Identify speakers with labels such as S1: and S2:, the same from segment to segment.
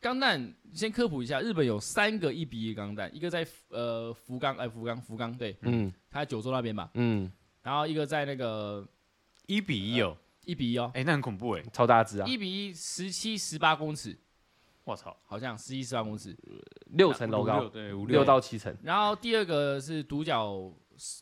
S1: 钢弹先科普一下，日本有三个一比一钢弹，一个在呃福冈，哎福冈福冈对，
S2: 嗯
S1: 它在九州那边吧，
S2: 嗯，
S1: 然后一个在那个
S3: 一比一哦，
S1: 一比一哦，
S3: 哎，那很恐怖哎，
S2: 超大只啊，
S1: 一比一十七十八公尺，
S3: 我操，
S1: 好像十一十八公尺。
S2: 六层楼
S3: 啊五
S2: 高
S3: 六，对，五
S2: 六到七层，
S1: 然后第二个是独角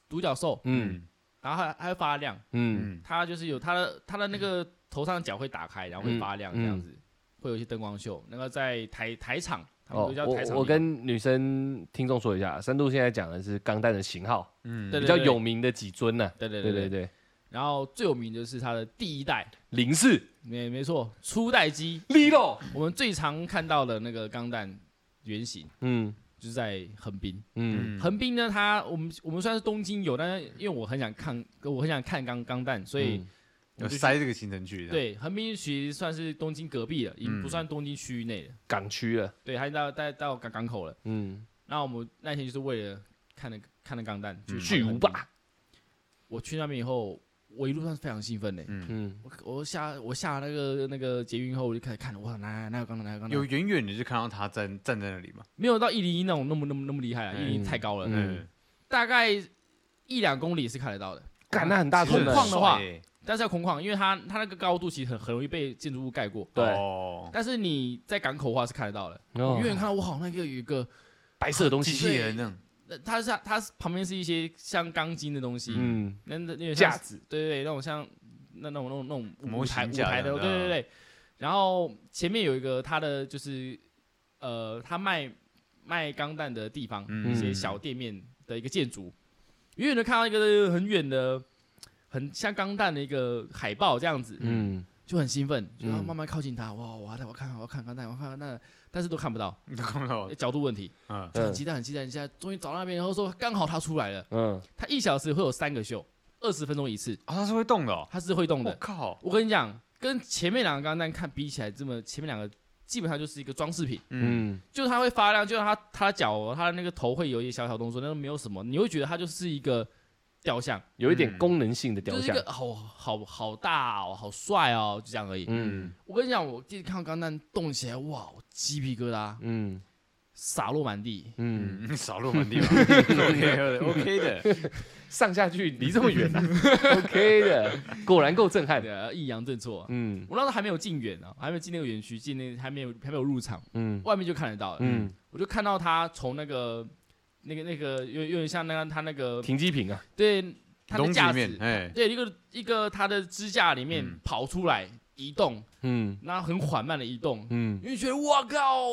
S1: 独角兽，
S2: 嗯
S3: 嗯
S1: 然后它它会发亮，
S2: 嗯
S3: 嗯，
S1: 它就是有它的它的那个头上的角会打开，然后会发亮
S2: 嗯
S1: 这样子，会有一些灯光秀。那个在台台场，他们
S2: 哦
S1: 都叫台场地
S2: 我
S1: 方。
S2: 我跟女生听众说一下，深度现在讲的是钢弹的型号，
S3: 嗯
S1: 对
S2: 比较有，名的几尊呢，
S1: 对对
S2: 对
S1: 对
S2: 对
S1: 对对。
S2: 对，
S1: 然后最有名就是它的第一代，
S2: 零式
S1: 没没错，初代机，
S2: Lilo，
S1: 我们最常看到的那个钢弹原型
S2: 嗯
S1: 就是在横滨。
S2: 嗯
S3: 嗯，
S1: 横滨呢，它我们我们虽然是东京有，但是因为我很想看，我很想看钢钢弹，所以
S2: 嗯
S1: 我
S3: 有
S1: 们就去、
S3: 塞这个行程去，，
S1: 对横滨其实算是东京隔壁了，已经不
S3: 嗯
S1: 算东京区域内了。
S2: 港区了，
S1: 对，它到到到港港口了。
S2: 嗯，
S1: 那我们那天就是为了看了看了钢弹，去
S2: 巨无
S1: 横滨。
S2: 霸，
S1: 我去那边以后，我一路上是非常兴奋的、
S2: 嗯
S1: 我我下我下那个那个捷运后，我就开始看，哇，哪哪有钢弹，哪有钢
S3: 有
S1: 弹，
S3: 远远的就看到他站站在那里嘛，
S1: 没有到一零一那种那么那么那么厉害啊，一零一
S2: 嗯
S1: 太高了，
S2: 嗯
S3: 嗯，
S1: 大概一两公里是看得到的。
S2: 干那很大
S1: 空
S2: 尊啊
S1: 旷
S2: 的，
S1: 的话
S3: 其实很帅欸
S1: 但是要空旷，因为它它那个高度其实很很容易被建筑物盖过。
S2: 对
S3: 哦，
S1: 但是你在港口的话是看得到的，
S2: 哦
S1: 远远看到我好像那个有一个，
S2: 白色的东
S3: 机
S2: 西，
S3: 器人那种，
S1: 呃它是它是旁边是一些像钢筋的东西，
S2: 嗯，
S1: 那那有点像
S2: 架子，
S1: 对对对，那种像那那种那种那种舞
S3: 模
S1: 台
S3: 型
S1: 舞
S3: 架
S1: 台的，
S3: 这
S1: 对对
S3: 样的嗯
S1: 对。然后前面有一个它的就是呃，它卖卖钢弹的地方，
S3: 嗯
S1: 一些小店面的一个建筑，远远的看到一个很远的。很像钢弹的一个海报这样子，
S2: 嗯，
S1: 就很兴奋，就要
S2: 嗯
S1: 慢慢靠近它。哇，我要我要看，我要看钢弹，我要看钢弹，但是都看不到，
S3: 你看不到，
S1: 角度问题。
S3: 哦嗯，
S1: 就很期待，很期待，很期待，终于找到那边，然后说刚好它出来了。
S2: 嗯，
S1: 它一小时会有三个秀，二十分钟一次，
S3: 啊，它是会动的哦，
S1: 它是会动
S3: 我
S1: 的。
S3: 靠，
S1: 我跟你讲，跟前面两个钢弹看比起来，这么前面两个基本上就是一个装饰品，
S3: 嗯，
S2: 嗯
S1: 就是它会发亮，就是它它的脚哦，它的那个头会有一些小小动作，但是没有什么，你会觉得它就是一个雕像，
S2: 有一点功能性的雕
S1: 就是一
S2: 像
S1: 个，好好好大哦，好帅哦，就这样而已。
S2: 嗯
S1: 我跟你讲，我第一次看到钢弹动起来，哇，我鸡皮疙瘩
S2: 嗯
S1: 洒落满地。
S2: 嗯，
S3: 嗯，少落满地吧，OK 的，OK 的，
S2: 上下距离这 么远呢，OK 的，果然够震撼
S1: 对
S2: 的，
S1: 啊，抑扬顿挫。
S2: 嗯
S1: 我那时候还没有进园啊，还没有进那个园区，进那还没有还没有入场，
S2: 嗯
S1: 外面就看得到了。
S2: 嗯，
S1: 我就看到他从那个那个那个有有点像那个他那个
S2: 停机坪啊，
S1: 对他
S3: 笼
S1: 的
S3: 子
S1: 架
S3: 里面，
S1: 子，
S3: 哎，
S1: 对一个一个他的支架里面
S3: 嗯
S1: 跑出来移动，
S2: 嗯
S1: 然后很缓慢的移动，
S2: 嗯
S1: 你就觉得哇靠，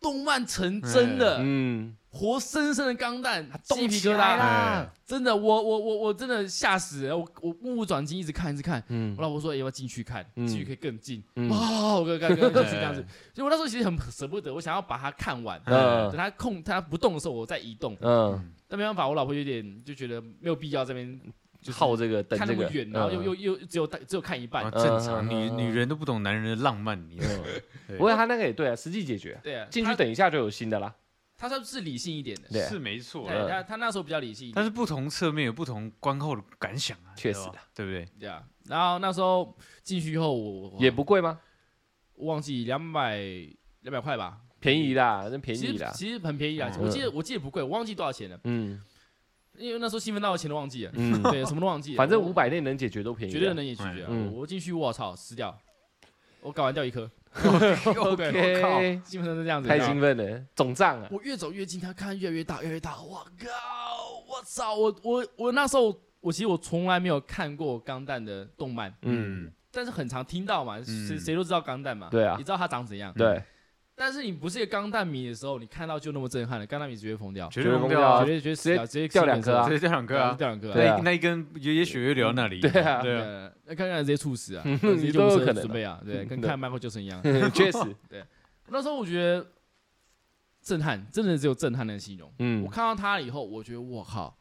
S1: 动漫成真的，
S2: 嗯，
S1: 活生生的钢弹，鸡皮
S2: 起
S1: 疙
S2: 来
S1: 瘩，
S3: 哎
S2: 啦，
S1: 真的，我我我我真的吓死了，我我目不转睛一直看一直看。
S2: 嗯
S1: 我老婆说：“哎要不要进去看？
S2: 嗯
S1: 进去可以更近。
S2: 嗯
S1: 哇，我跟跟跟进去这样子
S3: 哎。
S1: 所以我那时候其实很舍不得，我想要把它看完，
S2: 嗯
S1: 等它空它不动的时候我再移动。
S2: 嗯，
S1: 但没办法，我老婆有点就觉得没有必要这边就是
S2: 耗这个等
S1: 看那
S2: 这
S1: 么
S2: 个，
S1: 远，然后又
S2: 嗯
S1: 又又只有只有看一
S3: 啊
S1: 半。
S3: 正
S2: 嗯
S3: 常，女
S2: 嗯
S3: 女人都不懂男人的浪漫，你知道吗
S2: 嗯
S3: 对
S2: 不过他那个也对啊，实际解决啊，
S1: 对啊，
S2: 进去等一下就有新的啦，
S1: 他算是理性一点的，
S2: 对啊，
S3: 是没错啦，
S1: 对他他那时候比较理性一点，
S3: 但是不同侧面有不同观后的感想啊，
S2: 确实
S3: 你知道
S2: 的
S3: 吧，对不对？
S1: 对啊。然后那时候进去以后，我我
S2: 也不贵吗？
S1: 我忘记两百两百块吧，
S2: 便宜啦，真便
S1: 其
S2: 宜
S1: 实
S2: 啦，
S1: 其实很便宜啊，
S3: 嗯
S1: 我记得我记得不贵，我忘记多少钱了，
S2: 嗯
S1: 因为那时候兴奋到我钱都忘记了。
S2: 嗯，
S1: 对，什么都忘记了，
S2: 反正
S1: 我
S2: 五百内能解决都便宜，
S1: 绝对能解决啊！
S2: 嗯
S1: 我进去，我操，死掉，我搞完掉一 颗，
S3: 我靠
S2: ，OK，
S1: 基本上是这样子。啊
S2: 太
S1: 你知道
S2: 兴
S1: 吗
S2: 奋了，总账啊，
S1: 我越走越近，它看越来越大，越来越大，我靠，我操，我我我那时候，我其实我从来没有看过钢弹的动漫，
S2: 嗯，
S3: 嗯，
S1: 但是很常听到嘛，谁谁都知道钢弹嘛，
S2: 对啊
S1: 也知道它长怎样。
S2: 对，
S1: 但是你不是一个钢弹迷的时候，你看到就那么震撼了，钢弹迷直接疯掉，
S2: 绝
S3: 绝
S2: 对
S3: 对
S2: 疯
S3: 疯掉
S2: 掉
S3: 啊
S2: 啊
S1: 绝！对绝对死掉直接
S2: 掉两颗啊
S3: 直接这两个
S1: 对啊，
S3: 啊，
S1: 掉两颗啊，
S2: 对啊
S3: 那那一根也也许会流到那里，
S2: 对啊
S3: 对啊，
S1: 呃，那看看直接猝死 啊，
S2: 嗯
S1: 直接就
S2: 都
S1: 不
S2: 有
S1: 是
S2: 可能
S1: 准
S2: 啊
S1: 备啊，对，
S2: 嗯
S1: 跟
S2: 对
S1: 看 Michael Jackson 一样。
S2: 确实，
S1: 那时候我觉得震撼，真的只有震撼能形容。
S2: 嗯
S1: 我看到他以后，我觉得我靠，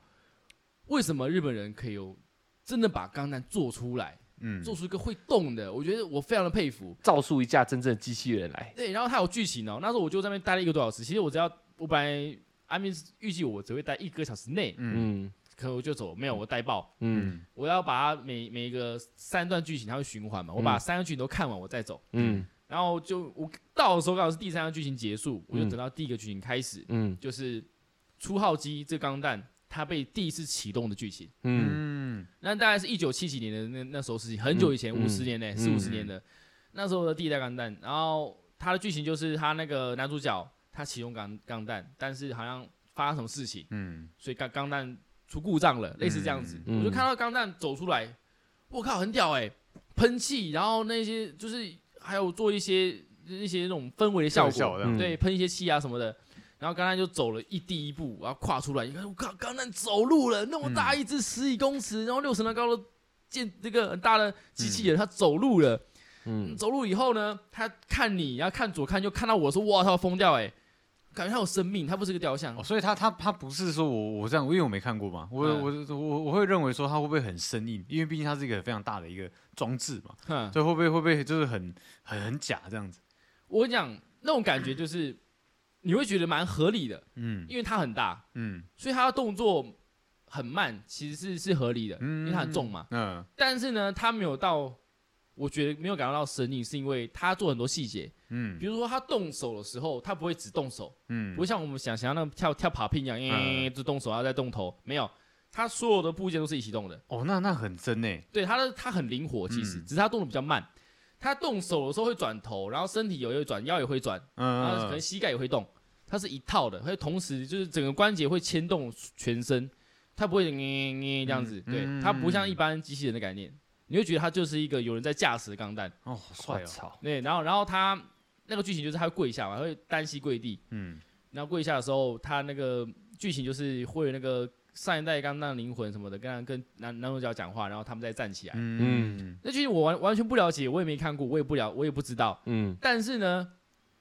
S1: 为什么日本人可以有真的把钢弹做出来，
S3: 嗯，
S1: 做出一个会动的？我觉得我非常的佩服。
S2: 造出一架真正的机器人来，
S1: 对，然后他有剧情哦，那时候我就在那边待了一个多小时。其实我只要我本来阿明预计我只会待一个小时内，
S3: 嗯
S2: 嗯
S1: 可我就走，没有我待爆。
S2: 嗯
S3: 嗯
S1: 我要把它每每个三段剧情它会循环嘛，我把三个剧情都看完我再走。
S2: 嗯
S1: 然后就我到的时候刚好是第三个剧情结束，我就
S2: 嗯
S1: 等到第一个剧情开始，
S2: 嗯
S1: 就是初号机这钢弹它被第一次启动的剧情。
S2: 嗯
S3: 嗯，
S1: 那大概是一九七几年的那那时候事情，很久以前，
S2: 嗯
S1: 五十、年内，四五十年的、那时候的第一代钢弹。然后它的剧情就是他那个男主角他启用钢钢弹，但是好像发生什么事情，
S3: 嗯，
S1: 所以钢钢弹出故障了，类似这样子。
S2: 嗯
S1: 我就看到钢弹走出来，我靠，很屌哎、喷气，然后那些就是还有做一些一些那种氛围的效
S3: 特效
S1: 果，
S3: 的
S2: 嗯
S1: 对，喷一些气啊什么的。然后钢弹就走了一第一步，然后跨出来，你看，我靠，钢弹走路了，那么
S2: 嗯
S1: 大一只十几公尺，然后六层楼高的建这个很大的机器人，它走路了。
S2: 嗯
S1: 走路以后呢，它看你，然后看左看右，看到我说，哇，它要疯掉哎、感觉它有生命，它不是个雕像
S3: 哦，，所以他他他不是说我我这样，因为我没看过嘛，我、
S1: 嗯
S3: 我我我会认为说他会不会很生硬，因为毕竟它是一个非常大的一个装置嘛，
S1: 嗯，
S3: 所以会不会会不会就是很很很假这样子？
S1: 我跟你讲，那种感觉就是你会觉得蛮合理的，
S3: 嗯
S1: 因为它很大，
S3: 嗯
S1: 所以它的动作很慢，其实是是合理的，因
S3: 嗯，
S1: 为它很重嘛。
S3: 嗯
S1: 但是呢，它没有到，我觉得没有感觉到生硬，是因为它做很多细节，
S3: 嗯
S1: 比如说它动手的时候，它不会只动手，
S3: 嗯，
S1: 不会像我们想想象那种跳跳爬聘一样，
S3: 嗯
S1: 嗯，就动手然后再动头，没有，它所有的部件都是一起动的。
S3: 哦，那那很真欸呢，
S1: 对，它的它很灵活，其实、
S3: 嗯
S1: 只是它动的比较慢。它动手的时候会转头，然后身体也会转，腰也会转，然啊后可
S3: 嗯
S1: 能膝盖也会动，它是一套的，会同时就是整个关节会牵动全身，它不会捏捏这样子，
S3: 嗯
S1: 对，
S3: 嗯
S1: 它不像一般机器人的概念，你会觉得它就是一个有人在驾驶的钢弹，
S3: 哦，好帅
S2: 我
S3: 哦，
S2: 操，
S1: 对，然后然后它那个剧情就是它会跪下嘛，它会单膝跪地，
S3: 嗯
S1: 然后跪下的时候，它那个剧情就是会有那个上一代钢弹灵魂什么的跟跟男男主角讲话，然后他们再站起来，
S3: 嗯
S1: 那剧情我完完全不了解，我也没看过，我也不了，我也不知道，
S2: 嗯
S1: 但是呢，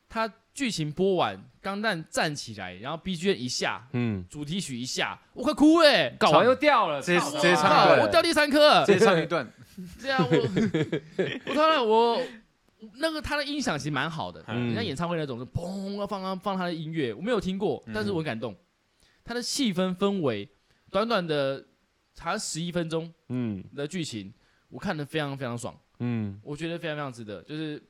S1: 它剧情播完，钢弹站起来，然后 BGM 一下，
S2: 嗯，
S1: 主题曲一下，我快哭了、欸，
S2: 搞完又掉了，
S3: 直接
S2: 操
S3: 直接
S1: 我
S3: 唱
S1: 靠
S2: 欸
S3: 歌
S1: 我掉第三颗了，
S3: 再上一段，
S1: 对啊，我我当然我那个他的音响其实蛮好的，
S3: 嗯
S1: 人家演唱会那种是砰要放放放他的音乐，我没有听过，但是我很感动，他的气氛氛围，短短的好像十一分钟
S2: 嗯
S1: 的剧情，我看得非常非常爽。
S2: 嗯
S1: 我觉得非常非常值得。就是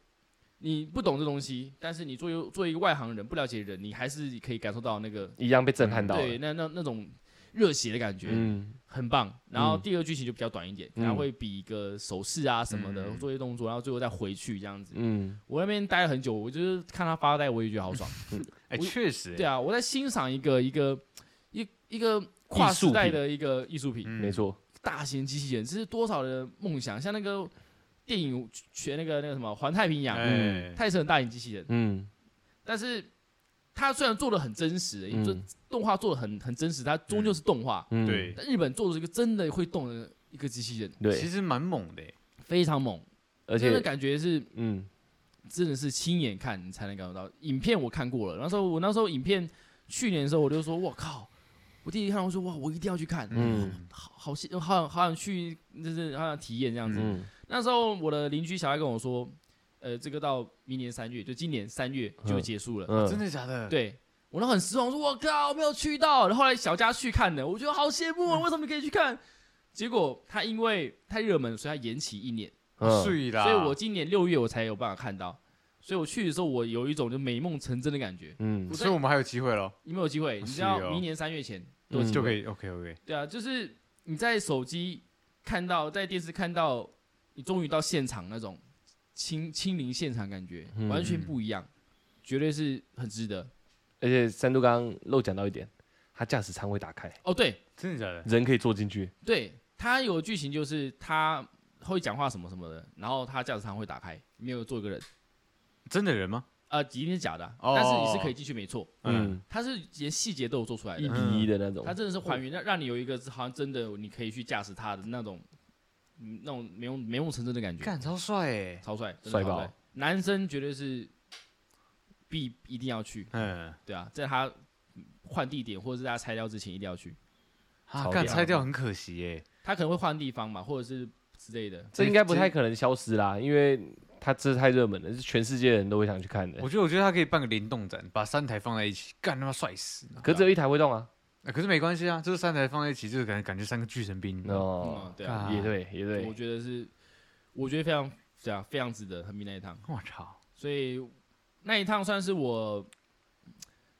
S1: 你不懂这东西，但是你作为作为一个外行人，不了解人，你还是可以感受到那个
S2: 一样被震撼到
S1: 对
S2: 了，
S1: 那那那种热血的感觉，
S2: 嗯
S1: 很棒。然后
S2: 嗯
S1: 第二剧情就比较短一点，
S2: 嗯
S1: 然后会比一个手势啊什么的、
S3: 嗯
S1: 做一些动作，然后最后再回去这样子。
S2: 嗯
S1: 我那边待了很久，我就是看他发呆，我也觉得好爽。
S3: 哎，
S1: 我
S3: 确实欸，
S1: 对啊，我在欣赏一个一个一一个跨时代的一个艺术品，
S3: 嗯
S2: 没错，
S1: 大型机器人，这是多少人的梦想？像那个电影全那个那个什么《环嗯太平洋》
S3: 哎，
S1: 泰森很大型机器人，
S2: 嗯
S1: 但是它虽然做的很真实，
S2: 嗯
S1: 就动画做的很很真实，它终究是动画。
S2: 嗯，
S3: 对，
S1: 但日本做出一个真的会动的一个机器人，
S3: 其
S2: 对，
S3: 实蛮猛的欸，
S1: 非常猛，
S2: 而
S1: 真的
S2: 且
S1: 感觉是
S2: 嗯
S1: 真的是亲眼看你才能感受到。影片我看过了，那时候我那时候影片去年的时候我就说，我靠，我第一看我说哇，我一定要去看，
S2: 嗯
S1: 好好想好想好想去，就是好想体验这样子。
S2: 嗯
S1: 那时候我的邻居小孩跟我说，呃，这个到明年三月，就今年三月就
S2: 嗯
S1: 结束了。
S2: 嗯，
S3: 真的假的？，
S1: 对我都很失望，我说我靠，没有去到。然后后来小佳去看的，我觉得好羡慕啊，为什么可以去看？结果他因为太热门，所以他延期一年，
S2: 嗯
S3: 碎啦，
S1: 所以我今年六月我才有办法看到。所以我去的时候，我有一种就美梦成真的感觉。
S2: 嗯
S1: 我在
S3: 所以我们还有机会咯，
S1: 你们有机会，你知
S3: 是
S1: 道
S3: 哦
S1: 明年三月前
S2: 嗯
S1: 有机
S3: 就
S1: 会
S3: 可以 OK OK，
S1: 对啊，就是你在手机看到，在电视看到，你终于到现场那种亲亲临现场感觉，
S2: 嗯
S1: 完全不一样，绝对是很值得。
S2: 而且三度刚刚漏讲到一点，他驾驶舱会打开，
S1: 哦，对，
S3: 真的假的？
S2: 人可以坐进去，
S1: 对，它有剧情就是他会讲话什么什么的，然后他驾驶舱会打开，没有做一个人，
S3: 真的人吗？
S1: 呃，一定是假的啊、
S3: 哦
S1: 但是你是可以进去没错，
S2: 嗯，
S1: 它是连细节都有做出来
S2: 一
S1: 的，
S2: 比一的那种
S1: 它，真的是还原，让让你有一个好像真的你可以去驾驶它的那种，嗯那种没用没用成真的感觉，
S3: 干超帅哎，
S1: 超帅，欸真的
S2: 帅
S1: 超
S2: 爆
S1: 帅，男生绝对是必一定要去，
S3: 嗯，
S1: 对啊，在他换地点或者是他拆掉之前一定要去，
S3: 啊，
S2: 超
S3: 干
S2: 屌
S3: 拆掉很可惜欸耶，
S1: 他可能会换地方嘛，或者是之类的，
S2: 这应该不太可能消失啦，因为它这太热门了，是全世界人都会想去看的
S3: 我。觉得我觉得他可以办个联动展，把三台放在一起，干他妈帅死了、
S2: 可是只有一台会动啊，
S3: 哎可是没关系啊，就是三台放在一起，就是感感觉三个巨神兵。
S1: 嗯
S2: 哦，，
S1: 对啊，
S3: 干
S2: 也对，也
S1: 我
S2: 对，
S1: 觉得是，我觉得非常对啊，非常值得，很迷那一趟。
S3: 我操，
S1: 所以那一趟算是我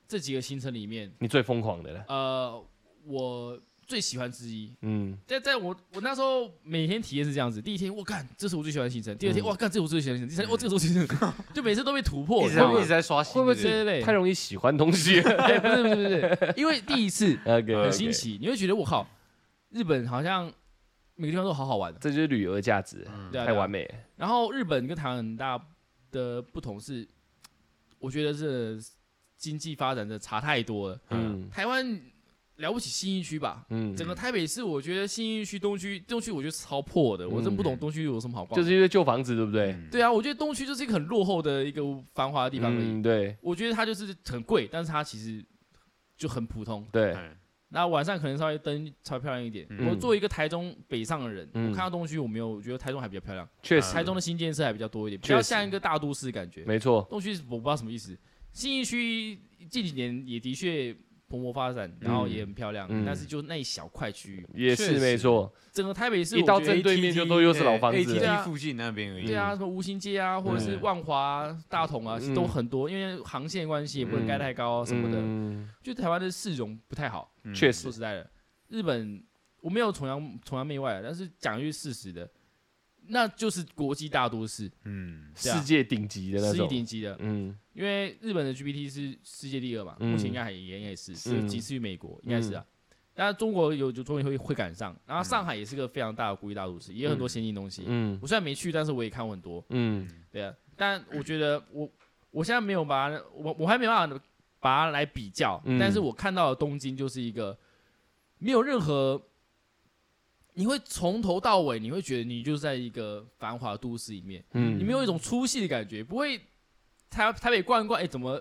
S1: 这几个行程里面，
S2: 你最疯狂的了。
S1: 呃，我最喜欢之一。
S2: 嗯，
S1: 在在我我那时候每天体验是这样子：第一天我干，这是我最喜欢的行程；第二天
S2: 嗯
S1: 哇干，这是我最喜欢的行程；第三天哇，这个是我最喜欢的行程，就每次都被突破，
S3: 一
S1: 你
S3: 直
S1: 知道
S3: 在一
S1: 吗
S3: 直？在刷新，
S2: 会不会
S1: 对
S2: 是
S1: 对对，
S2: 太容易喜欢东 西了
S1: 哎不是不是不是不是，因为第一次
S2: ？OK，
S1: 很新，奇，你会觉得我靠，日本好像每个地方都好好玩哦的，
S2: 这就是旅游的价值，
S1: 对啊
S2: 太
S1: 对啊
S2: 完。美了。
S1: 然后日本跟台湾很大的不同是，我觉得这经济发展的差太多了。
S2: 嗯
S1: 台湾了不起新一区吧，
S2: 嗯，
S1: 整个台北市，我觉得新一区、东区、东区，我觉得超破的，我真不懂
S3: 嗯
S1: 东区有什么好逛的。
S2: 就是因为旧房子，对不对？
S3: 嗯
S1: 对啊，我觉得东区就是一个很落后的一个繁华的地方而已。
S2: 嗯，对
S1: 我觉得它就是很贵，但是它其实就很普通。
S2: 对，
S1: 那晚上可能稍微灯稍微漂亮一点。
S3: 嗯
S1: 我作为一个台中北上的人，
S2: 嗯
S1: 我看到东区我没有，我觉得台中还比较漂亮，
S2: 确
S3: 嗯
S2: 实
S1: 台，中的新建设还比较多一点，比
S2: 确实
S1: 较像一个大都市的感觉。
S2: 没错。
S1: 东区我不知道什么意思，新一区近几年也的确蓬勃发展，然后也很漂亮，
S2: 嗯
S1: 但是就那一小块区域，
S2: 也
S3: 确
S2: 是
S3: 实
S2: 没错，
S1: 整个台北市
S2: 一
S1: 我
S2: 到
S1: 觉得
S2: 正对面就都又是老房子
S1: 对啊
S3: ATT 附近那边而已。
S1: 对啊，什么吴兴街啊，或者是
S3: 嗯
S1: 万华啊、大同啊，
S2: 嗯
S1: 都很多，因为航线关系也不能盖太高啊什么的。
S2: 嗯
S1: 就台湾的市容不太好，
S3: 嗯
S2: 确
S1: 说
S2: 实，
S1: 实在的，日本我没有崇洋崇洋媚外，啊但是讲一句事实的，那就是国际大都市，
S3: 嗯，
S1: 对啊
S2: 世界顶级的那
S1: 是一
S2: 种，
S1: 顶级的。
S2: 嗯
S1: 因为日本的 GPT 是世界第二嘛，
S2: 嗯
S1: 目前应该还也应该也是，
S2: 是
S1: 仅次于美国，应该是啊。但是中国有就终于会会赶上，然后上海也是个非常大的国际大都市，也有很多先进东西。
S2: 嗯
S1: 我虽然没去，但是我也看过很多。
S2: 嗯，
S1: 对啊，但我觉得我我现在没有把它我我还没办法把它来比较，
S2: 嗯
S1: 但是我看到的东京就是一个没有任何，你会从头到尾你会觉得你就是在一个繁华都市里面，
S2: 嗯
S1: 你没有一种出戏的感觉，不会台台北逛一逛，哎、怎么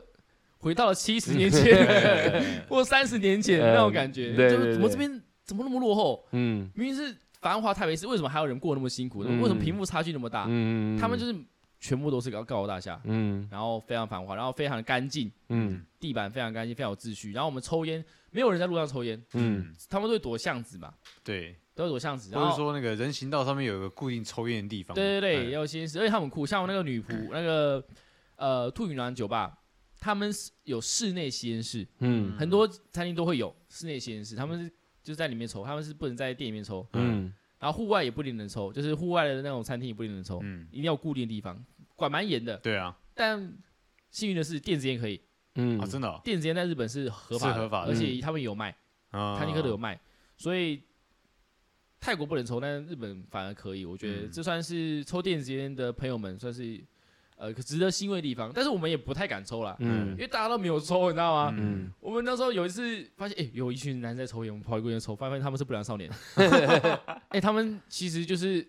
S1: 回到了七 十年前或三十年前那种感觉，
S2: 嗯对
S1: 就是
S2: 对
S1: 怎么
S2: 对
S1: 这边怎么那么落后，
S2: 嗯
S1: 明明是繁华台北市，为什么还有人过那么辛苦呢？
S2: 嗯
S1: 为什么贫富差距那么大？
S2: 嗯，
S1: 他们就是全部都是高高楼大厦，
S2: 嗯
S1: 然后非常繁华，然后非常的干净，
S2: 嗯
S1: 地板非常干净，非常有秩序。然后我们抽烟，没有人在路上抽烟，
S2: 嗯，
S1: 他们都会躲巷子嘛，
S3: 对，
S1: 都会躲巷子。然
S3: 或者
S1: 后
S3: 说那个人行道上面有一个固定抽烟的地方嘛，
S1: 对对对，也
S3: 嗯，
S1: 有些是，而且他们很酷，像我那个女仆，那个呃兔云南酒吧，他们是有室内吸烟室，
S2: 嗯
S1: 很多餐厅都会有室内吸烟室，他们是
S3: 嗯
S1: 就是在里面抽，他们是不能在店里面抽，
S2: 嗯
S1: 然后户外也不一定能抽，就是户外的那种餐厅也不一定能抽，
S3: 嗯，
S1: 一定要有固定的地方，管蛮严的。
S3: 对啊，
S1: 但幸运的是，电子烟可以，
S2: 嗯
S3: 啊，真的哦，
S1: 电子烟在日本是合法的，
S3: 是合法的嗯
S1: 而且他们有卖，
S3: 啊
S1: 他尼克的有卖，所以泰国不能抽，但是日本反而可以。我觉得
S3: 嗯
S1: 这算是抽电子烟的朋友们算是呃值得欣慰的地方，但是我们也不太敢抽啦，因
S2: 嗯
S1: 为大家都没有抽，你知道吗？
S2: 嗯
S1: 我们那时候有一次发现，哎、有一群男生在抽烟，我们跑去过去抽，发现他们是不良 少年。哎、他们其实就是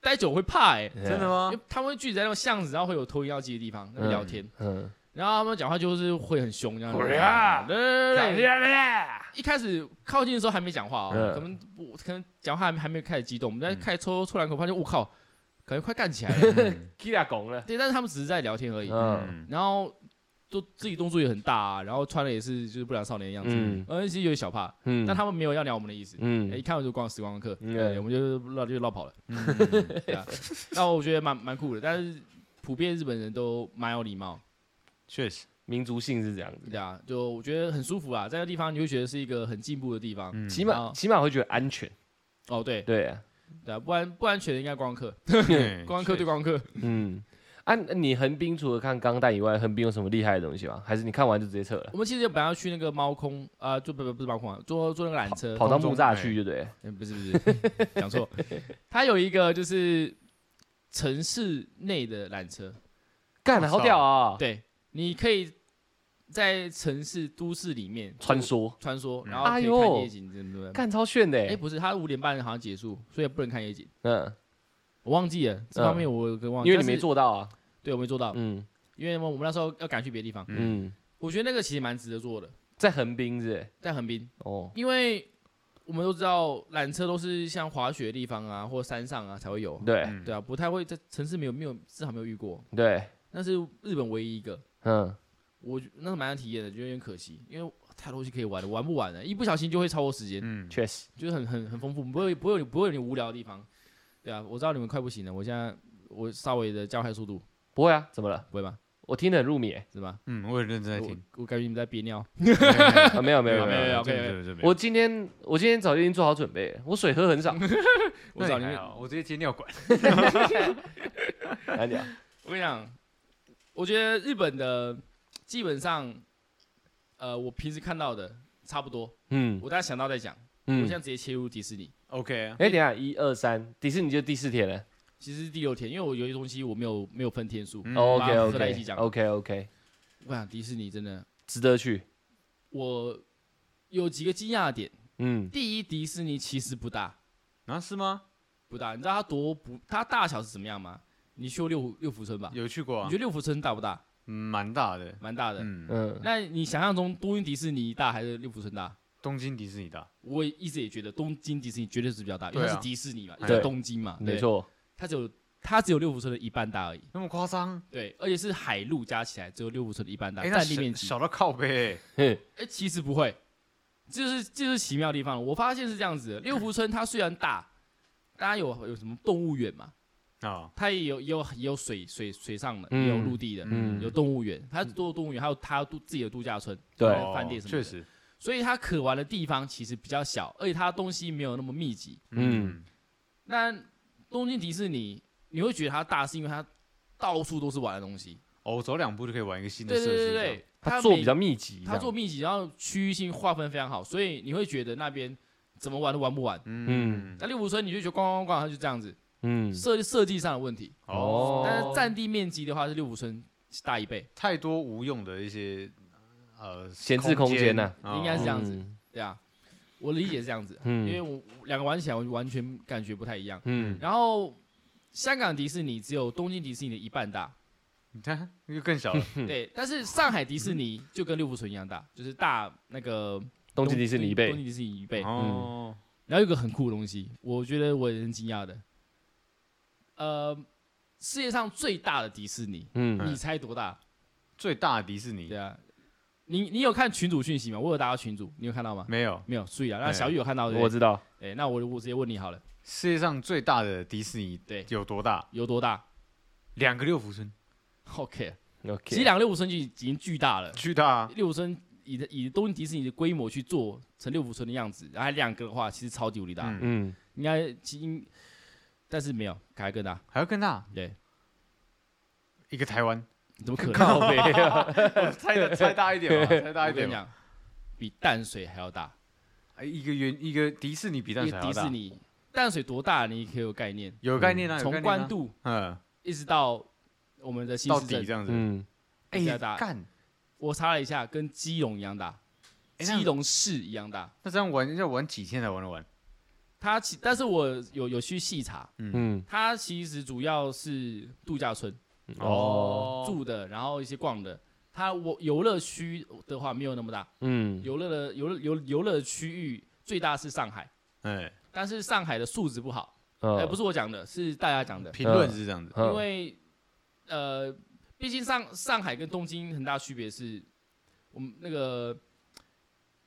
S1: 待久会怕、哎，
S2: 嗯
S3: 真的吗
S1: 因为？他们会聚集在那种巷子，然后会有抽烟要机的地方，那边聊天。
S2: 啊嗯
S1: 然后他们讲话就是会很凶这样子。
S2: 哎呀
S1: 对对对对，
S2: 嗯
S1: 一开始靠近的时候还没讲话哦
S2: 嗯，
S1: 可能我可能讲话还没还没开始激动，我们在
S3: 嗯
S1: 开始抽抽两口，发现我靠，感觉快干起来 了。
S2: ，K 俩拱了，
S1: 对，但是他们只是在聊天而已，
S2: 嗯
S3: 嗯
S1: 然后都自己动作也很大啊，然后穿的也是就是不良少年的样子，
S2: 嗯
S1: 而且其实有点小怕，
S2: 嗯，
S1: 但他们没有要聊我们的意思。哎一
S2: 嗯
S1: 看我就光时光客，
S2: 嗯
S1: 对，我们就绕就绕跑了，
S3: 嗯
S1: 对啊。那我觉得蛮蛮酷的，但是普遍日本人都蛮有礼貌，
S3: 确实，
S2: 民族性是这样子，
S1: 对啊，就我觉得很舒服啊，在那个地方你会觉得是一个很进步的地方。
S3: 嗯
S2: 起码起码会觉得安全，
S1: 哦，对
S2: 对啊，
S1: 对啊，不然不安全的应该观光客，
S3: 对
S1: 观光客对观光客。
S2: 嗯。啊，你横滨除了看钢弹以外，横滨有什么厉害的东西吗？还是你看完就直接撤了，
S1: 我们其实本来要去那个猫空啊、呃就不不不是猫空啊，坐坐那个缆车，
S2: 跑到
S3: 空
S2: 木
S3: 中
S2: 栅
S3: 哎
S2: 去就对了，
S1: 嗯不是不是， 讲错，它有一个就是城市内的缆车，
S2: 干好屌啊！
S1: 对，你可以在城市都市里面
S2: 穿梭，
S1: 穿梭，
S3: 嗯
S1: 然后可
S2: 哎
S1: 以
S2: 呦
S1: 看夜景，对不对？
S2: 干超炫的
S1: 哎、
S2: 欸，
S1: 不是，它五点半好像结束，所以不能看夜景，
S2: 嗯，
S1: 我忘记了这
S2: 嗯
S1: 方面我有个忘记，
S2: 因为
S1: 但
S2: 你没
S1: 是，哦
S2: 做到啊，
S1: 对我没做到，
S2: 嗯
S1: 因为我们那时候要赶去别的地方，
S2: 嗯，
S1: 我觉得那个其实蛮值得做的，
S2: 在横滨是不是
S1: 在横滨，
S2: 哦，
S1: 因为我们都知道缆车都是像滑雪的地方啊，或山上啊才会有，
S2: 对
S3: 嗯
S1: 对啊，不太会在城市没有没有至少没有遇过，
S2: 对，
S1: 那是日本唯一一个，
S2: 嗯
S1: 我觉那个蛮想体验的，觉得有点可惜，因为太多东西可以玩了，玩不完啊了，一不小心就会超过时间，
S3: 嗯，
S2: 确实，
S1: 就是很很很丰富，不会不会有不会有你无聊的地方，对啊，我知道你们快不行了，我现在我稍微的加快速度，
S2: 不会啊，怎么了？
S1: 不会吧？
S2: 我听得很入迷、 欸
S1: 是吧？
S3: 嗯，我也认真在
S1: 我
S3: 听。
S1: 我感觉你们在憋尿，
S2: 啊，没有没有
S1: 没有
S2: 没有，
S1: OK，
S3: 这个这个这个
S2: 我今天我今天早就已经做好准备了，我水喝很少。
S1: 我
S3: 那
S1: 找你
S3: 你还
S1: 们
S3: 好我直接接尿管。
S1: 嗯
S2: 来讲，
S1: 我跟你讲，我觉得日本的基本上，呃，我平时看到的差不多，
S2: 嗯
S1: 我大家想到再讲。我
S2: 嗯
S1: 现在，直接切入迪士尼，
S3: OK，啊
S2: 哎、等一下一二三，迪士尼就第四天了。
S1: 其实是第六天，因为我有些东西我没有没有分天数。
S3: 嗯
S2: 哦 OK
S1: 把它合在一起
S2: OK
S1: 讲
S2: OK OK，
S1: 我想迪士尼真的，
S2: 值得去。
S1: 我有几个惊讶的点。
S2: 嗯，
S1: 第一，迪士尼其实不大，
S3: 啊是吗？
S1: 不大，你知道它多不？它大小是怎么样吗？你去过六福六福村吧？
S3: 有去过
S1: 你
S3: 啊
S1: 觉，得六福村大不大？
S3: 嗯蛮大的。
S1: 蛮大的。
S3: 嗯，
S2: 嗯，
S1: 那你想象中东京迪士尼大还是六福村大？
S3: 东京迪士尼大，
S1: 我也一直也觉得东京迪士尼绝对是比较大，因为
S3: 对啊
S1: 它是迪士尼嘛，
S3: 对
S1: 在东京嘛，对
S2: 没，错，
S1: 它只有它只有六福村的一半大而已，
S3: 那么夸张？
S1: 对，而且是海陆加起来只有六福村的一半大，
S3: 哎，那
S1: 占地
S3: 小
S1: 面积，
S3: 小到靠背欸。
S2: 哼
S1: 哎，其实不会，这就是这就是奇妙的地方了。我发现是这样子的，六福村它虽然大，大家有有什么动物园嘛，
S3: 啊，
S1: 它也有也有也有水水水上的，
S2: 嗯
S1: 也有陆地的，
S2: 嗯
S1: 有动物园，它多有动物园，还有它有度自己的度假村，
S2: 对
S1: 还有饭店
S3: 哦
S1: 什么的
S3: 确，实，
S1: 所以它可玩的地方其实比较小，而且它东西没有那么密集。
S2: 嗯
S3: 嗯，
S1: 那东京迪士尼，你会觉得它大，是因为它到处都是玩的东西。
S3: 哦，走两步就可以玩一个新的
S1: 对
S3: 设
S1: 对对
S3: 施，
S1: 对
S3: 这样
S1: 对，
S2: 他
S1: 它
S2: 做
S1: 每
S2: 比较密集，
S1: 它做，密集，然后区域性划分非常好，所以你会觉得那边怎么玩都玩不完。
S2: 嗯
S3: 嗯，
S1: 那六福村你就觉得逛逛逛，它就这样子，
S2: 嗯，
S1: 设设计上的问题。
S2: 哦
S1: 但是占地面积的话，是六福村大一倍，
S3: 太多无用的一些呃
S2: 闲置空间呐
S3: 哦
S1: 啊应该是这样子
S2: 嗯
S1: 对啊。我理解是这样子，
S2: 嗯
S1: 因为我两个玩起来我完全感觉不太一样。
S2: 嗯，
S1: 然后香港迪士尼只有东京迪士尼的一半大，
S3: 你看 又更小了，
S2: 嗯
S1: 对，但是上海迪士尼就跟六福村一样大，就是大那个
S2: 东京迪士尼
S1: 东
S2: 一倍
S1: 京迪士尼一倍。
S3: 哦，
S1: 然后有一个很酷的东西，我觉得我也很惊讶的，呃，世界上最大的迪士尼，
S2: 嗯，
S1: 你猜多大？
S3: 最大的迪士尼
S1: 对啊，你你有看群主讯息吗？我有打到群主，你有看到吗？
S3: 没有，
S1: 没有，所以啊，那
S3: 哎
S1: 小玉有看到对不
S2: 我
S1: 对？
S2: 知道，
S1: 哎，那我我直接问你好了，
S3: 世界上最大的迪士尼
S1: 对
S3: 有多大？
S1: 有多大
S3: 两个六福村，
S1: ？OK，其实
S2: OK，
S1: 两个六五村就已经巨大了，
S3: 巨大啊，
S1: 六福村以以东京迪士尼的规模去做成六福村的样子，然后两个的话其实超级无敌大，
S3: 嗯，
S2: 嗯，
S1: 应该其应，但是没有凯还更大，
S3: 还要更大，
S1: 对，
S3: 一个台湾，
S1: 怎么可能？
S2: 靠 北 啊，
S3: 猜的猜大一点吧，猜大
S1: 我
S3: 一
S1: 跟
S3: 点
S1: 你
S3: 吧，
S1: 讲，比淡水还要大，
S3: 哎一个原一个迪士尼比
S1: 因
S3: 淡
S1: 为
S3: 水还
S1: 迪
S3: 要
S1: 士
S3: 大，
S1: 尼淡水多大，你可以有概念，
S3: 有概念啊，有概
S1: 从
S3: 念啊
S1: 关渡
S3: 嗯
S1: 一直到我们的新
S3: 到
S1: 市
S3: 底
S1: 镇
S3: 这，样子，
S2: 嗯，
S3: 哎
S1: 比较大
S3: 干，
S1: 我查了一下，跟基隆一样大，
S3: 哎那
S1: 基隆市一样大。
S3: 那这样玩要玩几天才玩得完？
S1: 它其，但是我有有去细查，
S2: 嗯，
S1: 它其实主要是度假村，
S2: 哦，
S1: 住的，然后一些逛的。它我游乐区的话没有那么大，
S2: 嗯，
S1: 游乐的游乐游游乐区域最大是上海，
S3: 哎，
S1: 但是上海的素质不好，
S3: 嗯
S1: 哎、
S2: 呃
S1: 不是我讲的，是大家讲的，
S3: 评论是这样子，
S2: 哦
S1: 因为呃，毕竟上上海跟东京很大区别是，我们那个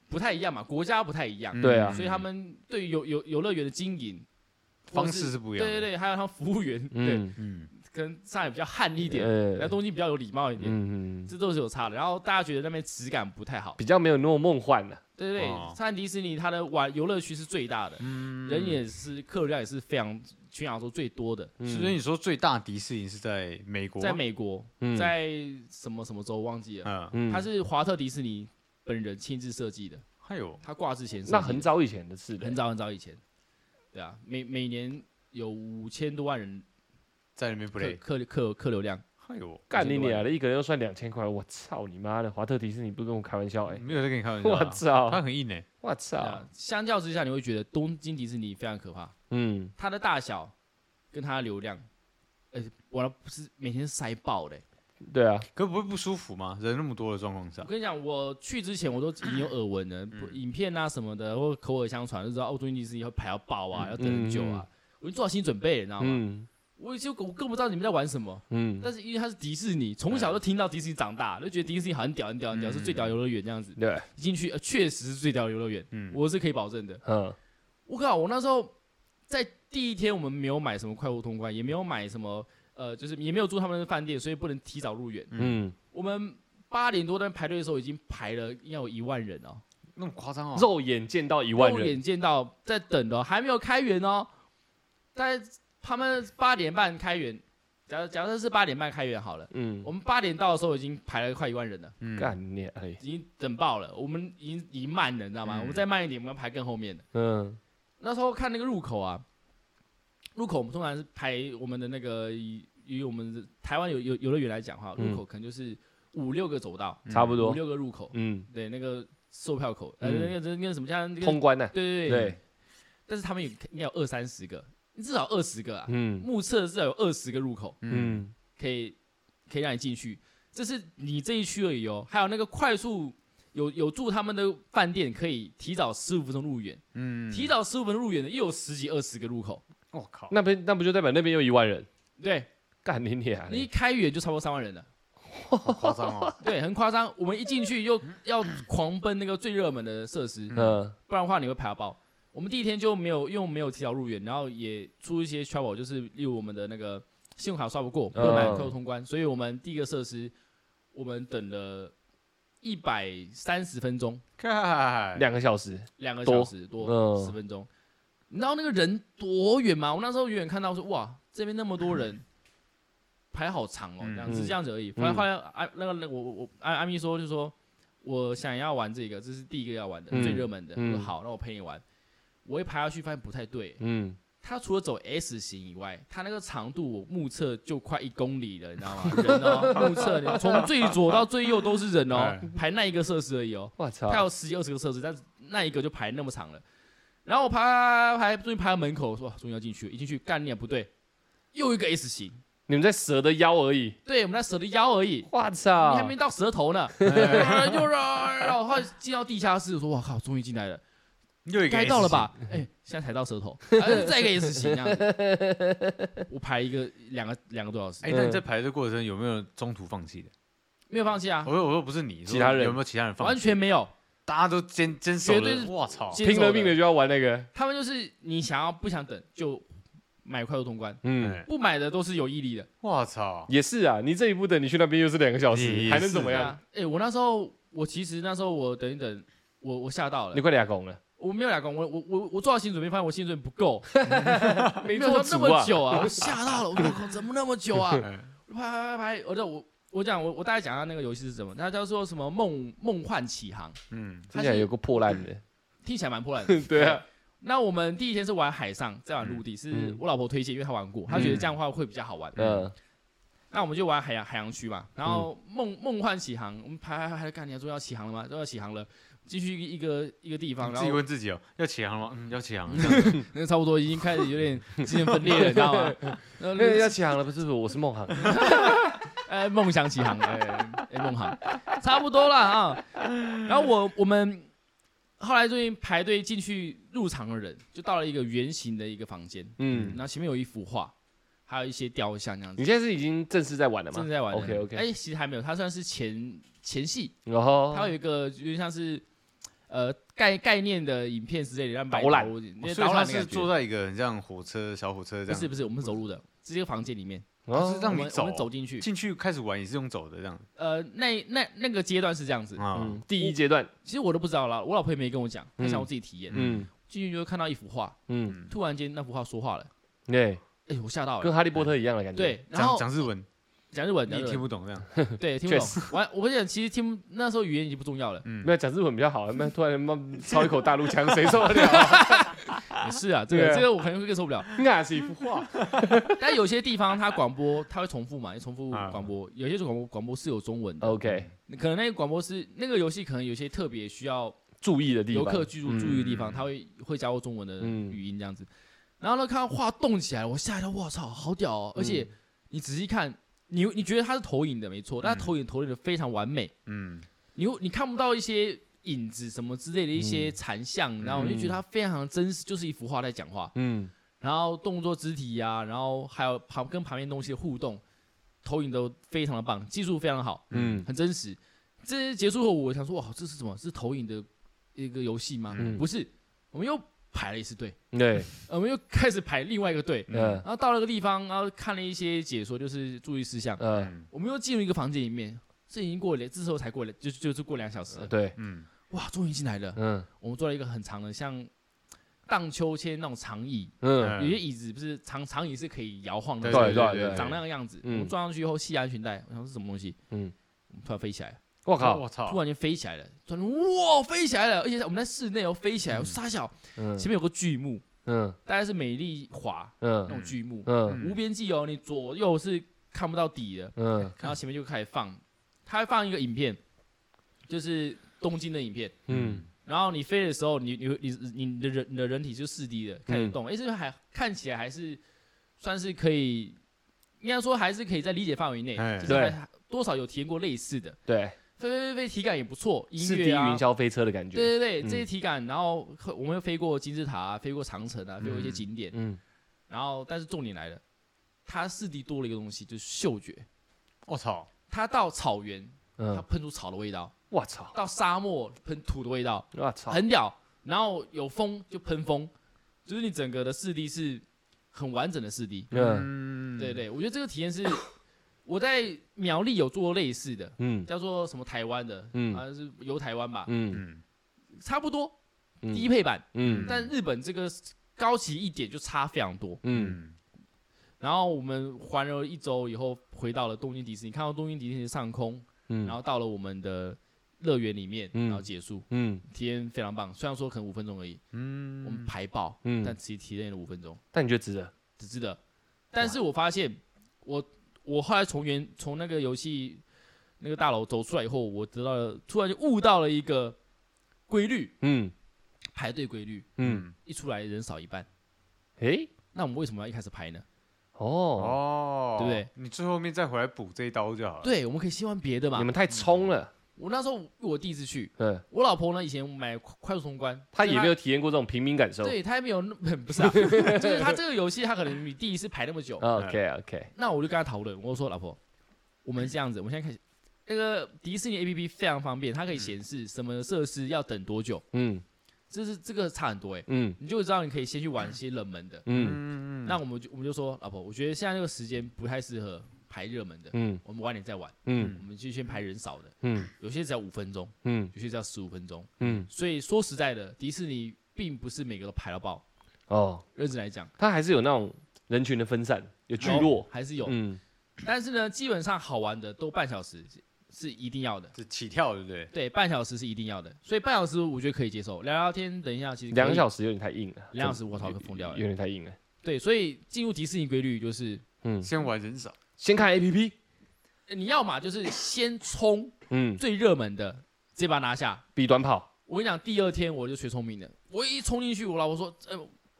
S1: 不太一样嘛，国家不太一样，
S3: 嗯
S2: 对啊
S1: 所以他们对于游游游乐园的经营
S3: 方
S1: 或
S3: 式是不一样的
S1: 对对对，还有他们服务员，对，
S2: 嗯，
S3: 嗯，
S1: 跟上海比较悍一点，
S2: 呃
S1: 然后东京比较有礼貌一点。
S2: 嗯，嗯
S1: 这都是有差的。然后大家觉得那边质感不太好，
S2: 比较没有那么梦幻了，
S1: 对对对，
S3: 哦
S1: 上海迪士尼它的玩游乐区是最大的，
S2: 嗯
S1: 人也是客流量也是非常全亚洲最多的，
S2: 嗯
S3: 所以你说最大的迪士尼是在美国，
S1: 在美国，
S2: 嗯
S1: 在什么什么州忘记了，
S3: 嗯，
S2: 嗯
S1: 它是华特迪士尼本人亲自设计的，
S3: 还有
S1: 他挂之前设计的
S2: 那很早以前的事了，
S1: 很早很早以前，对啊，每每年有五千多万人
S3: 在那边哎
S1: 客客
S3: play，
S1: 客客流量，
S3: 还有
S2: 干你娘的，一个人要算两千块，我操你妈的！华特迪士尼不跟我开玩笑
S1: 嗯
S2: 哎、
S3: 没有在跟你开玩笑
S2: 我
S3: 啊，他
S2: 操，
S3: 很硬哎，
S2: 我
S1: 对
S2: 操
S1: 啊，，相较之下你会觉得东京迪士尼非常可怕，
S2: 嗯，
S1: 它的大小跟它的流量，呃，我不是每天塞爆的欸、
S2: 对啊，
S3: 可不会不舒服吗？人那么多的状况下
S1: 我，跟你讲，我去之前我都已经有耳闻了，不影片啊什么的，或口耳相传，就知道哦，东京迪士尼要排到爆啊，要等很久啊，我已经做好心理准备了，你知道吗？
S2: 嗯
S1: 我就我根本不知道你们在玩什么，
S2: 嗯，
S1: 但是因为它是迪士尼，从小就听到迪士尼长大，就觉得迪士尼好很屌很屌很屌，
S3: 嗯
S1: 是最屌游乐园这样子。
S2: 对，
S1: 一进去，呃，确实是最屌的游乐园，
S3: 嗯
S1: 我是可以保证的。
S2: 嗯
S1: 我靠，我那时候在第一天我们没有买什么快活通关，也没有买什么呃，就是也没有住他们的饭店，所以不能提早入园。
S2: 嗯，
S1: 我们八点多在那排队的时候，已经排了应该有一万人哦，
S3: 那么夸张哦，
S2: 肉眼见到一万
S1: 肉
S2: 人，
S1: 眼见到在等的哦、还没有开园哦。在他们八点半开园，假假设是八点半开园好了，
S2: 嗯
S1: 我，们八点到的时候已经排了快一万人了，
S3: 嗯
S2: 干你哎，
S1: 已经等爆了，我们已经已经慢了，你知道吗？
S3: 嗯
S1: 我们再慢一点，我们要排更后面的。
S2: 嗯
S1: 那时候看那个入口啊，入口我们通常是排我们的那个以以我们的台湾游游游乐园来讲哈，
S2: 嗯
S1: 入口可能就是五六个走道，
S2: 差
S1: 嗯
S2: 不
S1: 五
S2: 多，
S1: 六个入口，
S2: 嗯，
S1: 对那个售票口，呃，
S2: 嗯
S1: 那个那个什么像那个
S2: 通关呢，
S1: 对对对，
S2: 对，
S1: 但是他们有应该有二三十个，至少二十个啊，
S2: 嗯
S1: 目测至少有二十个入口
S3: 嗯
S2: 嗯
S1: 可以可以让你进去，这是你这一区而已哦，还有那个快速。有有住他们的饭店，可以提早十五分钟入园，
S3: 嗯
S1: 提早十五分钟入园的又有十几二十个入口，
S3: 我靠，
S2: 那边那不就代表那边又一万人？
S1: 对，
S2: 干你你啊！
S1: 你一开园就差不多三万人了，
S3: 好夸张哦，
S1: 对，很夸张。我们一进去又要狂奔那个最热门的设施，
S2: 嗯
S1: 不然的话你会排到爆。我们第一天就没有，因为我们没有提早入园，然后也出一些 trouble，就是例如我们的那个信用卡刷不过，不能买
S2: 嗯
S1: 客户通关，所以我们第一个设施我们等了一百三十分钟，
S3: 看
S2: 两个小时，
S1: 两个
S2: 多
S1: 小时多
S2: 嗯
S1: 十分钟。你知道那个人多远吗？我那时候远远看到说，哇，这边那么多人，排好长哦，
S3: 嗯
S1: 这样子
S2: 嗯
S1: 这样子而已。反正后来啊，那个那个我我我阿阿咪说就说，我想要玩这个，这是第一个要玩的
S2: 嗯
S1: 最热门的。我
S2: 嗯
S1: 说好，那我陪你玩。我一排下去发现不太对，
S2: 嗯，
S1: 它除了走 S 型以外，它那个长度我目测就快一公里了，你知道吗？人哦， 目测你从最左到最右都是人哦
S3: 哎，
S1: 排那一个设施而已哦。
S2: 我操
S1: 它，有十几二十个设置，但是那一个就排那么长了。然后我排排终于排到门口，说哇终于要进去了，一进去干练不对，又一个 S 型，
S2: 你们在蛇的腰而已，
S1: 对我们在蛇的腰而已，
S2: 我
S1: 你
S2: 操
S1: 还，没到舌头呢。哎又绕绕，后来进到地下室，我说哇靠，终于进来了，
S3: 又一个
S1: 该到了吧？哎，现在才到舌头，哎再一个 S 型这 样子。我排一个两个两个多小时
S3: S 型？，哎，那你在排的过程有没有中途放弃的？
S1: 没有放弃啊
S3: 我，说我说不是你，
S2: 其他人
S3: 有没有其他人哦放
S1: 完
S3: 弃？
S1: 全没有。
S3: 大家都坚坚守
S1: 绝对
S3: 了
S1: 是，
S3: 我操！
S1: 坚
S2: 拼
S1: 守
S2: 了命的就要玩那个，
S1: 他们就是你想要不想等就买快速通关，
S2: 嗯，
S3: 哎
S1: 不买的都是有毅力的。
S3: 我操！
S2: 也是啊，你这一步等你去那边又是两个小
S3: 也
S2: 时，
S3: 是
S2: 还能怎么
S1: 对
S2: 样？
S1: 啊，哎、我那时候，我其实那时候我等一等，我我吓到
S2: 你
S1: 了，
S2: 快俩拱了，
S1: 我没有俩工，我我我我做好心理准备，发现我心理准备不 够，没有
S2: 做
S1: 到那
S2: 足
S1: 么
S2: 啊，
S1: 久啊，我吓到了，我靠，怎么那么久 啊？
S3: 哎
S1: 拍拍拍拍，我就我我讲我我大概讲一下那个游戏是什么，它叫做什么梦梦幻启航，
S3: 嗯，
S2: 听起来有个破烂的，
S1: 听起来蛮破烂的。
S2: 对啊，
S1: 那我们第一天是玩海上，再玩陆地，是
S2: 嗯
S1: 我老婆推荐，因为她玩过，她觉得这样的话会比较好玩。
S2: 嗯
S1: 那我们就玩海洋海洋区嘛，然后梦梦幻起航，我们排排排排，干你要说要起航了吗？都要起航了，进去一个一个一个地方，
S3: 你
S1: 然
S3: 自己
S1: 后
S3: 问自己哦，要起航了吗？嗯，要起航了。
S1: 那个差不多已经开始有点 精神分裂了，你知道 吗？然后那
S2: 那要
S1: 个
S2: 起航了，不是不是，我是梦航，
S1: 呃梦想起航，哎哎梦航，差不多了啊。然后我我们后来最近排队进去入场的人，就到了一个圆形的一个房间，
S2: 嗯，
S1: 然后前面有一幅画，还有一些雕像这样子
S2: 你，现在是已经正式在玩了吗？
S1: 正在玩的。
S2: ，OK OK，
S1: 哎，其实还没有，它算是前前戏。
S2: 然后
S1: 它有一个有点像是呃概概念的影片之类的，让白
S2: 导览
S1: 头有点
S3: 所以
S1: 导
S3: 他
S1: 览的
S3: 是
S1: 感觉
S3: 坐。在一个很像火车、小火车这
S1: 不
S3: 样，
S1: 是不是，我们是走路的，是一个房间里面，
S3: 他是
S2: 哦
S3: 让
S1: 我
S3: 你
S1: 们
S3: 走
S1: 我们走
S3: 哦
S1: 进去。
S3: 进去开始玩也是用走的这样
S1: 呃，那那那个阶段是这样子，
S3: 啊。
S2: 嗯，第一阶段，
S1: 其实我都不知道啦，我老婆也没跟我讲，她
S2: 嗯
S1: 想我自己体验。
S2: 嗯
S1: 进去就看到一幅画，
S2: 嗯，
S1: 突然间那幅画说话了，
S2: 对，
S1: 哎，我吓到
S2: 跟
S1: 了。
S2: 哈利波特一样的感觉，，
S1: 对，然
S3: 讲
S1: 后
S3: 讲日文，
S1: 讲日文，
S3: 你
S1: 讲
S3: 也
S1: 日文
S3: 听不懂这样。
S1: 对听不懂。完，我跟你讲，其实听不那时候语言已经不重要 了。
S3: 嗯
S2: 嗯没有讲日文比较好，那突然他妈 操一口大陆腔，谁受得 了？
S1: 也是啊，这个
S2: 对啊
S1: 这个我可能会更受不了。
S2: 那是一幅画，
S1: 但有些地方它广播它会重复嘛，也重复
S3: 啊
S1: 广播，有些广播广播是有中文的。
S2: OK，
S1: 可能那个广播是那个游戏，可能有些特别需要
S2: 注意的地
S1: 游
S2: 方，
S1: 客居住注意的地方，
S3: 嗯
S1: 它会会加入中文的
S2: 嗯
S1: 语音这样子。然后呢，看到画动起来，我吓一跳，我操，好屌哦！而
S2: 嗯
S1: 且你仔细看，你你觉得它是投影的没错，但它投影投影的非常完美，
S3: 嗯，
S1: 你会你看不到一些影子什么之类的一
S2: 嗯
S1: 些残像，然后你就觉得它非常真实，就是一幅画在讲话。
S2: 嗯，
S1: 然后动作、肢体呀、然后还有旁跟旁边东西的互动，投影都非常的棒，技术非常好。
S2: 嗯
S1: 很真实。这结束后，我想说，哇，这是什么？是投影的一个游戏吗？
S2: 嗯
S1: 不是，我们又排了一次队，
S2: 对，
S1: 呃我们又开始排另外一个队，
S2: 嗯
S1: 然后到了个地方，然后看了一些解说，就是注意事项，
S2: 嗯
S3: 嗯
S1: 我们又进入一个房间里面，这已经过了，这时候才过了，就就是过两小时了，
S2: 对，
S3: 嗯
S1: 哇，终于进来了，
S2: 嗯
S1: 我们坐了一个很长的，像荡秋千那种长椅，
S2: 嗯
S1: 有些椅子不是长长椅是可以摇晃的，
S3: 对
S2: 对
S3: 对
S2: 对对
S1: 长那个样子。
S2: 嗯
S1: 我们装上去以后系安全带，我想是什么东西，
S2: 嗯，
S1: 突然飞起来了，
S2: 我
S3: 我靠，
S2: 靠，
S3: 我操，
S1: 突然间飞起来了，突然哇飞起来了，而且我们在室内哦飞起来，我说傻小，
S2: 嗯
S1: 前面有个巨幕，
S2: 嗯
S1: 大概是美丽华那
S2: 嗯
S1: 种巨幕，
S2: 嗯
S1: 无边际哦，你左右是看不到底的，
S2: 嗯
S1: 然后前面就开始放，它会放一个影片，就是东京的影片。
S2: 嗯，
S1: 然后你飞的时候，你你你你你的人你的人体就四 D 的开始
S2: 嗯
S1: 动，哎、这个还看起来还是算是可以，应该说还是可以在理解范围内，
S3: 哎
S1: 就是
S2: 对
S1: 还多少有体验过类似的，
S2: 对，
S1: 飞飞飞飞体感也不错，音
S2: 四 D
S1: 乐啊
S2: 云，霄飞车的感觉，
S1: 对对对，
S2: 嗯
S1: 这些体感，然后我们又飞过金字塔、啊，飞过长城啊，飞过一些
S3: 嗯
S1: 景点，
S2: 嗯，
S1: 然后但是重点来了，它四 D 多了一个东西，就是嗅觉，
S3: 我操，
S1: 它到草原，它
S2: 嗯，
S1: 喷出草的味道，
S2: 我操，
S1: 到沙漠喷土的味道，
S2: 我操，
S1: 很屌。然后有风就喷风，就是你整个的四 D 是很完整的四 D。
S2: 嗯
S3: 嗯
S1: 对，对，我觉得这个体验是 我在苗栗有做过类似的，
S2: 嗯
S1: 叫做什么台湾的，
S2: 嗯
S1: 啊是游台湾吧，
S2: 嗯
S3: 嗯
S1: 差不多
S2: 嗯
S1: 低配版，
S2: 嗯
S1: 但日本这个高级一点就差非常多。
S2: 嗯
S3: 嗯
S1: 然后我们环游一周以后，回到了东京迪士尼，看到东京迪士尼的上空，
S2: 嗯，
S1: 然后到了我们的乐园里面，
S2: 嗯
S1: 然后结束，
S2: 嗯
S1: 体验非常棒。虽然说可能五分钟而已，
S3: 嗯，
S1: 我们排爆，
S2: 嗯
S1: 但其实体验了五分钟，
S2: 但你觉得值得？
S1: 只值得。但是我发现，我我后来从原从那个游戏那个大楼走出来以后，我得到了突然就悟到了一个规律，
S2: 嗯
S1: 排队规律，
S2: 嗯，
S1: 一出来人少一半，
S2: 诶，
S1: 那我们为什么要一开始排呢？
S2: 哦，
S3: 哦，
S1: 对不对？
S3: 你最后面再回来补这一刀就好了。
S1: 对，我们可以先玩别的嘛
S2: 你。们太冲了，
S1: 我那时候我第一次去，
S2: 嗯，
S1: 我老婆呢以前买快快速通关，
S2: 他
S1: 所以
S2: 也没有体验过这种平民感受。
S1: 对她也没有那不是啊，就是她这个游戏她可能你第一次排那么久，
S2: 哦 OK OK，
S1: 那我就跟他讨论，我说老婆，我们这样子，我们现在开始，那个迪士尼 A P P 非常方便，它可以显示什么设施要等多久，
S2: 嗯
S1: 这是这个差很多哎、
S2: 嗯
S1: 你就知道你可以先去玩一些冷门的。
S2: 嗯
S3: 嗯，嗯
S1: 那我们就我们就说老婆，我觉得现在这个时间不太适合排热门的，
S2: 嗯
S1: 我们晚点再玩，
S2: 嗯
S1: 我们就先排人少的，
S2: 嗯
S1: 有些只要五分钟，
S2: 嗯
S1: 有些只要十五分钟。
S2: 嗯，
S1: 所以说实在的，迪士尼并不是每个都排到爆，
S2: 哦，
S1: 认真来讲，
S2: 他还是有那种人群的分散，有聚落，
S1: 还是有，
S2: 嗯
S1: 但是呢，基本上好玩的都半小时是一定要的。
S3: 这起跳对不对？
S1: 对，半小时是一定要的，所以半小时我觉得可以接受，聊聊天，等一下其实可以
S2: 两个小时有点太硬了，
S1: 两小时我操，疯掉
S2: 有
S1: 了。
S2: 点太硬了，
S1: 对，所以进入迪士尼规律就是，
S2: 嗯，
S3: 先玩人少，
S2: 先看 APP，
S1: 呃你要嘛就是先冲
S2: 嗯，
S1: 最热门的，直接把它拿下。
S2: 比短跑，
S1: 我跟你讲，第二天我就学聪明了，我一冲进去，我老婆说，呃，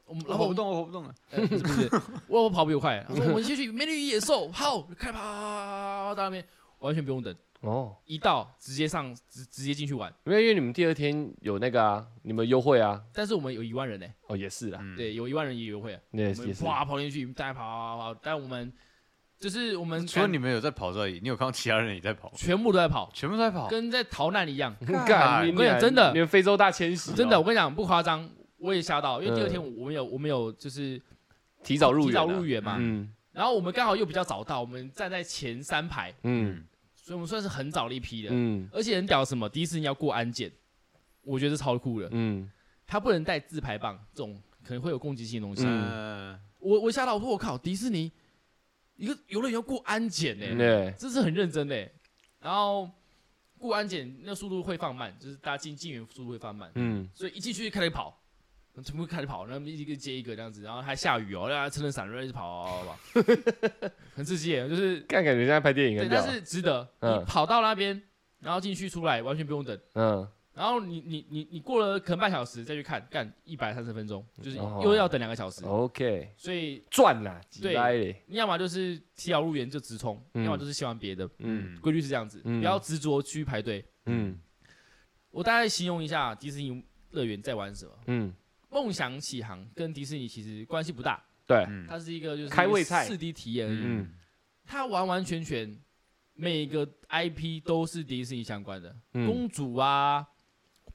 S1: 我们
S3: 我
S1: 老婆
S3: 跑不动，我跑不动了。
S1: 呃不是不是，我老婆跑比我快，她说我们先去美女与野兽，好，开啪到那边，完全不用等，
S2: 哦，
S1: 一到直接上直直接进去玩。
S2: 因为因为你们第二天有那个啊，你们有优惠啊，
S1: 但是我们有一万人呢、
S2: 哦也是啦，
S3: 嗯，
S1: 对，有一万人也有会、啊。
S2: 也
S1: 我
S2: 是也
S1: 们
S2: 是，
S1: 哇跑进去，大家跑跑跑，跑但我们就是我们
S3: 除了
S1: 感
S3: 你们有在跑之外，你有看到其他人也在跑，
S1: 全部都在跑，
S3: 全部都在跑。
S1: 跟在逃难一样。
S2: 干，
S1: 我跟你讲真的
S2: 连非洲大迁徙哦，
S1: 真的，我跟你讲不夸张，我也吓到，因为第二
S2: 嗯
S1: 天我们有我们有就是
S2: 提早入
S1: 提早
S2: 园啊
S1: 入园嘛，
S2: 嗯
S1: 然后我们刚好又比较早到，我们站在前三排，
S2: 嗯
S1: 所以我们算是很早的一批人，
S2: 嗯
S1: 而且很屌什么，迪士尼要过安检，我觉得是超酷的，
S2: 嗯
S1: 他不能带自拍棒这种可能会有攻击性的东西，
S3: 嗯，
S1: 我我吓到，我说我靠，迪士尼一个游乐园要过安检呢、
S2: 嗯，对，
S1: 这是很认真的。欸然后过安检那速度会放慢，就是大家进进园速度会放慢，
S2: 嗯
S1: 所以一进去就开始跑，全部开始跑，然后一个接一个这样子，然后还下雨哦，大家撑着伞一直跑跑跑跑跑， 很刺激耶，欸就是
S2: 看感觉像在拍电影
S1: 对，
S2: 很屌
S1: 但，是值得。
S2: 嗯
S1: 你跑到那边，然后进去出来完全不用等，
S2: 嗯
S1: 然后你你你你过了可能半小时再去看，干一百三十分钟，就是
S2: 哦
S1: 又要等两个小时，
S2: ，OK，
S1: 所以
S2: 赚啦，几
S1: 对
S2: 百嘞，
S1: 你要么就是提早入园就直冲，
S2: 嗯
S1: 要么就是喜欢别的。
S2: 嗯
S1: 规律是这样子，
S2: 嗯
S1: 不要执着去排队。
S2: 嗯
S1: 我大概形容一下迪士尼乐园在玩什么。
S2: 嗯，
S1: 梦想起航跟迪士尼其实关系不大，
S2: 对，
S3: 嗯
S1: 它是一个就是
S2: 开胃菜
S1: 四 D 体验而已。
S2: 嗯
S1: 它完完全全每个 IP 都是迪士尼相关的，
S2: 嗯
S1: 公主啊、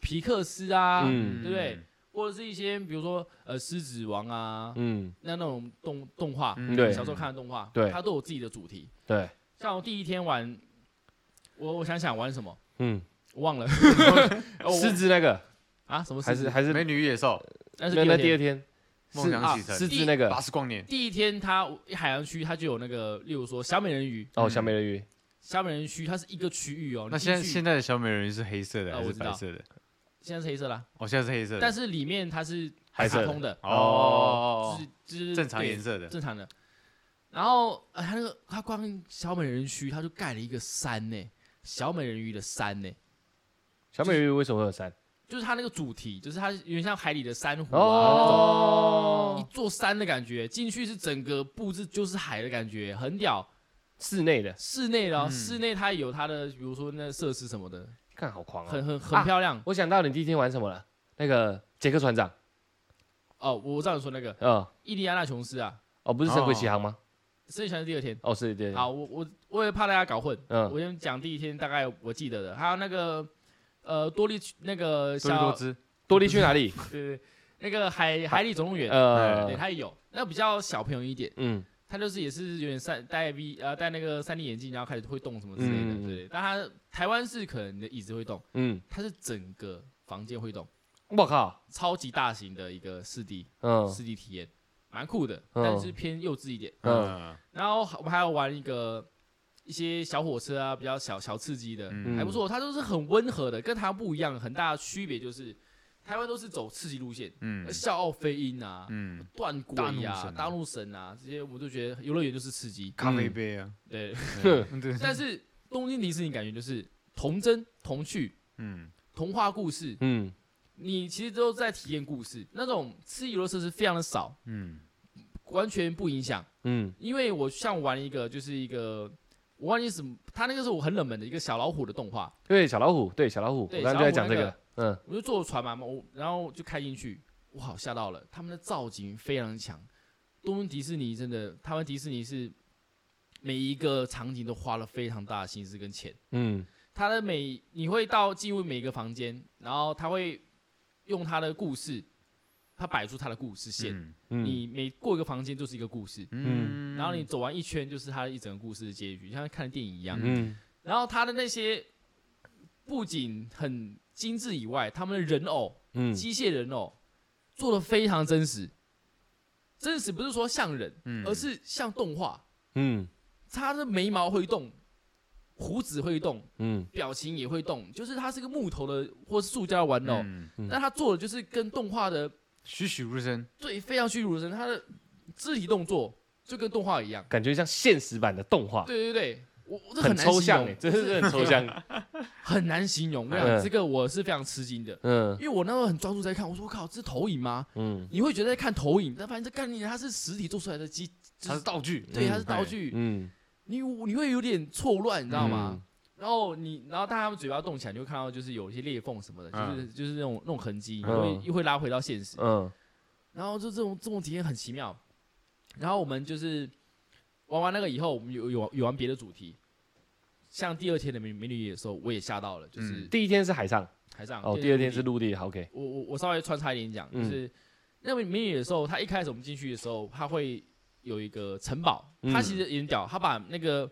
S1: 皮克斯啊，
S2: 嗯
S1: 对不对？或者是一些比如说呃狮子王啊，
S2: 嗯，
S1: 那那种动动画，
S3: 嗯
S2: 对
S1: 小时候看的动画，
S2: 对
S1: 它都有自己的主题。
S2: 对，
S1: 像我第一天玩，我我想想玩什么，
S2: 嗯，
S1: 我忘了。哦我
S2: 狮子那个
S1: 啊，什么
S2: 还
S1: 狮
S2: 是
S1: 子？
S2: 还是
S3: 美女与野兽、
S1: 但是
S2: 那那
S1: 第
S2: 第
S1: 二
S2: 二
S1: 天，
S2: 天
S3: 梦想启
S2: 是狮
S3: 程、
S2: 子那
S3: 八
S2: 个
S3: 十光年，
S1: 第一天它海洋区它就有那个，例如说小美人鱼，
S2: 哦，小美人鱼，
S1: 小美人区它是一个区域哦。
S3: 那
S1: 你
S3: 现
S1: 进
S3: 在
S1: 去
S3: 现在的小美人鱼是黑色的
S1: 啊
S3: 还
S1: 我
S3: 是
S1: 知道
S3: 白色的？
S1: 现在是黑色啦，
S3: 哦，现在是黑色的，
S1: 但是里面它是
S2: 白色
S1: 卡
S2: 的
S1: 通的，
S3: 哦
S1: 就，是就是
S3: 正常
S1: 对
S3: 颜色的，
S1: 正常的。然后呃它那个它光小美人区它就盖了一个山呢，小美人鱼的山呢。
S2: 小美人鱼为什么会有山？
S1: 就是它那个主题，就是它有点像海里的珊瑚啊，那种
S2: 哦
S1: 一，座山的感觉。进去是整个布置就是海的感觉，很屌。
S2: 室内的，
S1: 室内的、哦
S3: 嗯
S1: 室内它有它的，比如说那设施什么的，
S2: 看好
S3: 哦
S2: 狂啊！
S1: 很很很漂亮。
S2: 我想到你第一天玩什么了？那个杰克船长，
S1: 哦，我知道你说那个
S2: 嗯，
S1: 印第安纳琼斯啊，
S2: 哦，不是神鬼奇航吗？
S1: 剩下是第二天。
S2: 哦，是对，
S1: 好，我我我也怕大家搞混，
S2: 嗯
S1: 我先讲第一天大概我记得的，还有那个呃多利那个
S3: 多利多
S1: 小
S3: 姿，
S2: 多利去哪里？
S1: 对对对那个海海底总动员，
S3: 嗯
S2: 呃
S1: 对，，它也有，那比较小朋友一点。
S2: 嗯，
S1: 他就是也是有点三戴 V 呃戴那个三 D 眼镜，然后开始会动什么之类的，
S2: 嗯
S1: 对。但他台湾是可能你的椅子会动，
S2: 嗯，
S1: 它是整个房间会动，
S2: 我靠，
S1: 超级大型的一个四 D
S2: 嗯
S1: 四 D 体验，蛮酷的，
S2: 嗯
S1: 但是偏幼稚一点。
S3: 嗯
S1: 然后我们还要玩一个一些小火车啊，比较小小刺激的，
S3: 嗯
S1: 还不错。它都是很温和的，跟台湾不一样，很大的区别就是台湾都是走刺激路线，
S3: 嗯
S1: 笑傲飞鹰啊。
S3: 嗯，
S1: 断轨呀、
S3: 大怒神啊
S1: 大怒神啊，这些我们都觉得游乐园就是刺激，
S3: 咖啡杯啊，
S1: 对，
S2: 哼
S3: 嗯 对，
S1: 但是东京迪士尼感觉就是童真、童趣、
S3: 嗯
S1: 童话故事，
S2: 嗯，
S1: 你其实都在体验故事，那种吃游乐设施非常的少，
S3: 嗯
S1: 完全不影响。
S2: 嗯，
S1: 因为我像玩一个，就是一个我忘记什么，他那个是我很冷门的一个小老虎的动画，
S2: 对，小老虎，对，小老虎，
S1: 对
S2: 我刚刚就在
S1: 小老
S2: 讲
S1: 虎
S2: 这
S1: 那个
S2: 个，嗯，
S1: 我就坐船嘛，我然后就开进去，哇，吓到了，他们的造景非常强，东京迪士尼真的，台湾迪士尼是每一个场景都花了非常大的心思跟钱。
S2: 嗯，
S1: 他的每你会到进入每一个房间，然后他会用他的故事，他摆出他的故事线。
S3: 嗯
S2: 嗯，
S1: 你每过一个房间就是一个故事，
S3: 嗯
S1: 然后你走完一圈就是他一整个故事的结局，像看电影一样。
S2: 嗯，
S1: 然后他的那些不仅很精致以外，他们的人偶、
S2: 嗯，
S1: 机械人偶做的非常真实，真实不是说像人，
S3: 嗯
S1: 而是像动画。
S2: 嗯，
S1: 他的眉毛会动，胡子会动，
S2: 嗯，
S1: 表情也会动，就是它是个木头的或是塑胶的玩偶，
S3: 嗯
S2: 嗯
S1: 但它做的就是跟动画的
S3: 栩栩如生，
S1: 对非常栩栩如生，它的肢体动作就跟动画一样。
S2: 感觉像现实版的动画，
S1: 对对对，我我这
S2: 啊很
S1: 难
S2: 抽象
S1: 形
S2: 哎，
S1: 容
S2: 真的是很 抽象，
S1: 很难形容。我
S2: 嗯
S1: 想这个我是非常吃惊的，
S2: 嗯
S1: 因为我那时候很专注在看，我说我靠，这是投影吗？
S2: 嗯
S1: 你会觉得在看投影，但发现这概念它是实体做出来的机，就
S3: 它是
S1: 是
S3: 道具，
S1: 对，
S2: 嗯
S1: 它是道具，
S2: 嗯，
S1: 你你会有点错乱，你
S2: 知
S1: 知道吗？？然后你，然后大家嘴巴动起来，你会看到就是有一些裂缝什么的，
S3: 嗯
S1: 就是就是那种那种痕迹，
S2: 嗯
S1: 会又会拉回到现实。
S2: 嗯
S1: 然后就这种这种体验很奇妙。然后我们就是玩完那个以后，我们有有玩有玩别的主题，像第二天的美美女野兽，我也吓到了，就是
S3: 嗯
S2: 第一天是海上，
S1: 海上。
S2: 哦，第二天是陆地好，OK，
S1: 我我我稍微穿插一点讲，就
S2: 嗯
S1: 是那个美女野兽，它一开始我们进去的时候，它会有一个城堡，
S2: 嗯
S1: 它其实也很屌，它把那个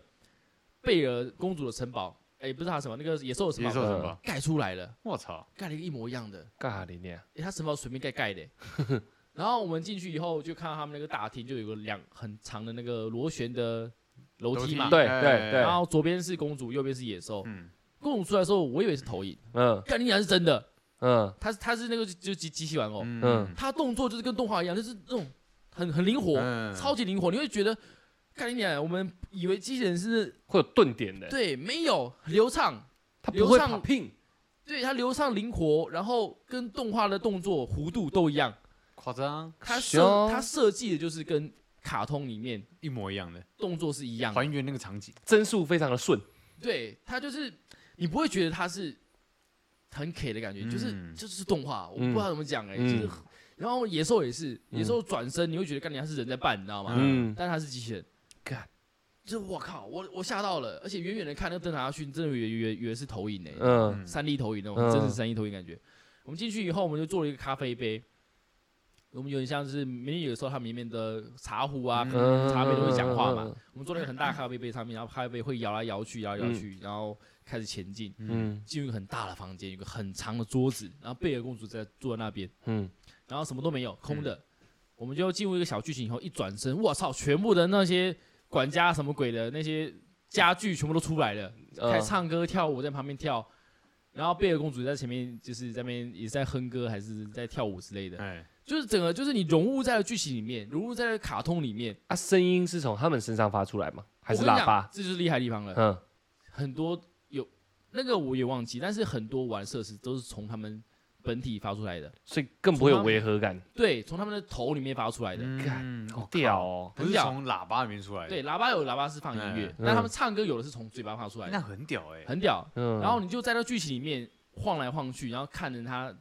S1: 贝尔公主的城堡，哎，不是它什么那个野兽的城
S3: 野
S1: 堡
S3: 兽城
S2: 嗯
S3: 堡，
S1: 盖出来了，
S3: 我操，
S1: 盖了一个一模一样的，
S2: 干哈里面？
S1: 诶，他城堡随便盖盖的欸、然后我们进去以后，就看到他们那个大厅就有个两很长的那个螺旋的楼梯嘛，
S2: 对
S3: 哎
S2: 对对
S1: 然后左边是公主，右边是野兽。
S3: 嗯
S1: 公主出来的时候，我以为是投影，
S2: 嗯
S1: 但你讲是真的，
S2: 嗯
S1: 她是她是那个就就机机器玩偶，
S2: 嗯
S1: 她动作就是跟动画一样，就是那种很很灵活，
S3: 嗯
S1: 超级灵活，你会觉得。看你讲，我们以为机器人是
S2: 会有顿点的，
S1: 对，没有流畅，
S2: 它不会
S1: 流畅
S2: 拼，
S1: 对它流畅灵活，然后跟动画的动作弧度都一样，
S3: 夸张，
S1: 它设
S2: 熊
S1: 它设计的就是跟卡通里面
S3: 一模一样的，
S1: 动作是一样的，
S3: 还原那个场景，
S2: 帧数非常的顺，
S1: 对，它就是你不会觉得它是很 K 的感觉，就是
S3: 嗯
S1: 就是动画，我不知道怎么讲哎、就是
S2: 嗯
S1: 很。然后野兽也是，
S2: 嗯
S1: 野兽转身你会觉得干你它是人在扮，你知道吗？
S2: 嗯，
S1: 但它是机器人，
S2: 干，
S1: 就是我靠，我我吓到了，而且远远的看那个灯塔下去，你真的以为以为以为是投影呢、
S2: 嗯
S1: 三 D 投影那
S2: 嗯
S1: 种，真是三 D 投影感觉。我们进去以后，我们就做了一个咖啡杯，我们有点像是美女有时候他们里面的茶壶啊，
S3: 嗯
S2: 嗯，
S1: 茶杯都会讲话嘛，我们坐那个很大的咖啡杯上面，然后咖啡杯会摇来摇去，摇来摇去，然后开始前进，
S2: 嗯，
S1: 进入一个很大的房间，有个很长的桌子，然后贝尔公主在坐在那边，
S2: 嗯
S1: 然后什么都没有，空的。我们就进入一个小剧情以后，一转身，我操，全部的那些管家什么鬼的那些家具全部都出来了，
S2: 嗯，
S1: 开始唱歌跳舞，在旁边跳。然后贝尔公主在前面，就是在那边也是在哼歌，还是在跳舞之类
S2: 嗯
S1: 的，
S3: 哎，
S1: 就是整个就是你融入在了剧情里面，融入在了卡通里面，
S2: 啊，声音是从他们身上发出来吗？还是
S1: 我跟你
S2: 喇
S1: 讲
S2: 叭？
S1: 这就是厉害的地方了。
S2: 嗯，
S1: 很多有那个我也忘记，但是很多玩设施都是从他们本体发出来的，
S2: 所以更不会有违和感，
S1: 对，从他们的头里面发出来的。
S3: 嗯，
S2: 好
S3: 哦
S2: 屌，哦！
S3: 不是从喇叭里面出来的，
S1: 对，喇叭有喇叭是放音乐
S3: 嗯，
S1: 那他们唱歌有的是从嘴巴发出来
S3: 那
S1: 的，
S3: 很屌哎，
S1: 很屌。
S2: 嗯，
S1: 然后你就在那剧情里面晃来晃去，然后看着他，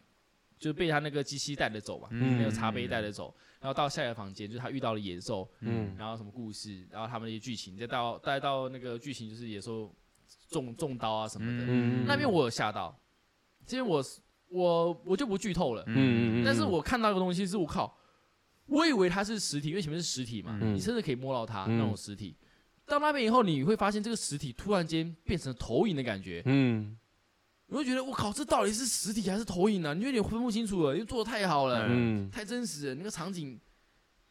S1: 就被他那个机器带着走嘛，
S3: 嗯
S1: 那个茶杯带着走，然后到下一个房间，就是他遇到了野兽，
S2: 嗯
S1: 然后什么故事，然后他们的一些剧情，再到再到那个剧情就是野兽中中刀啊什么的，
S2: 嗯
S1: 那边我有吓到，这边我是我我就不剧透了，
S2: 嗯嗯嗯，
S1: 但是我看到一个东西是我靠，我以为它是实体，因为前面是实体嘛，
S2: 嗯
S1: 你甚至可以摸到它
S2: 嗯
S1: 那种实体。到那边以后，你会发现这个实体突然间变成投影的感觉，
S2: 嗯
S1: 你会觉得我靠，这到底是实体还是投影呢、啊？你有点分不清楚了，因为做的太好了，
S2: 嗯
S1: 太真实了，那个场景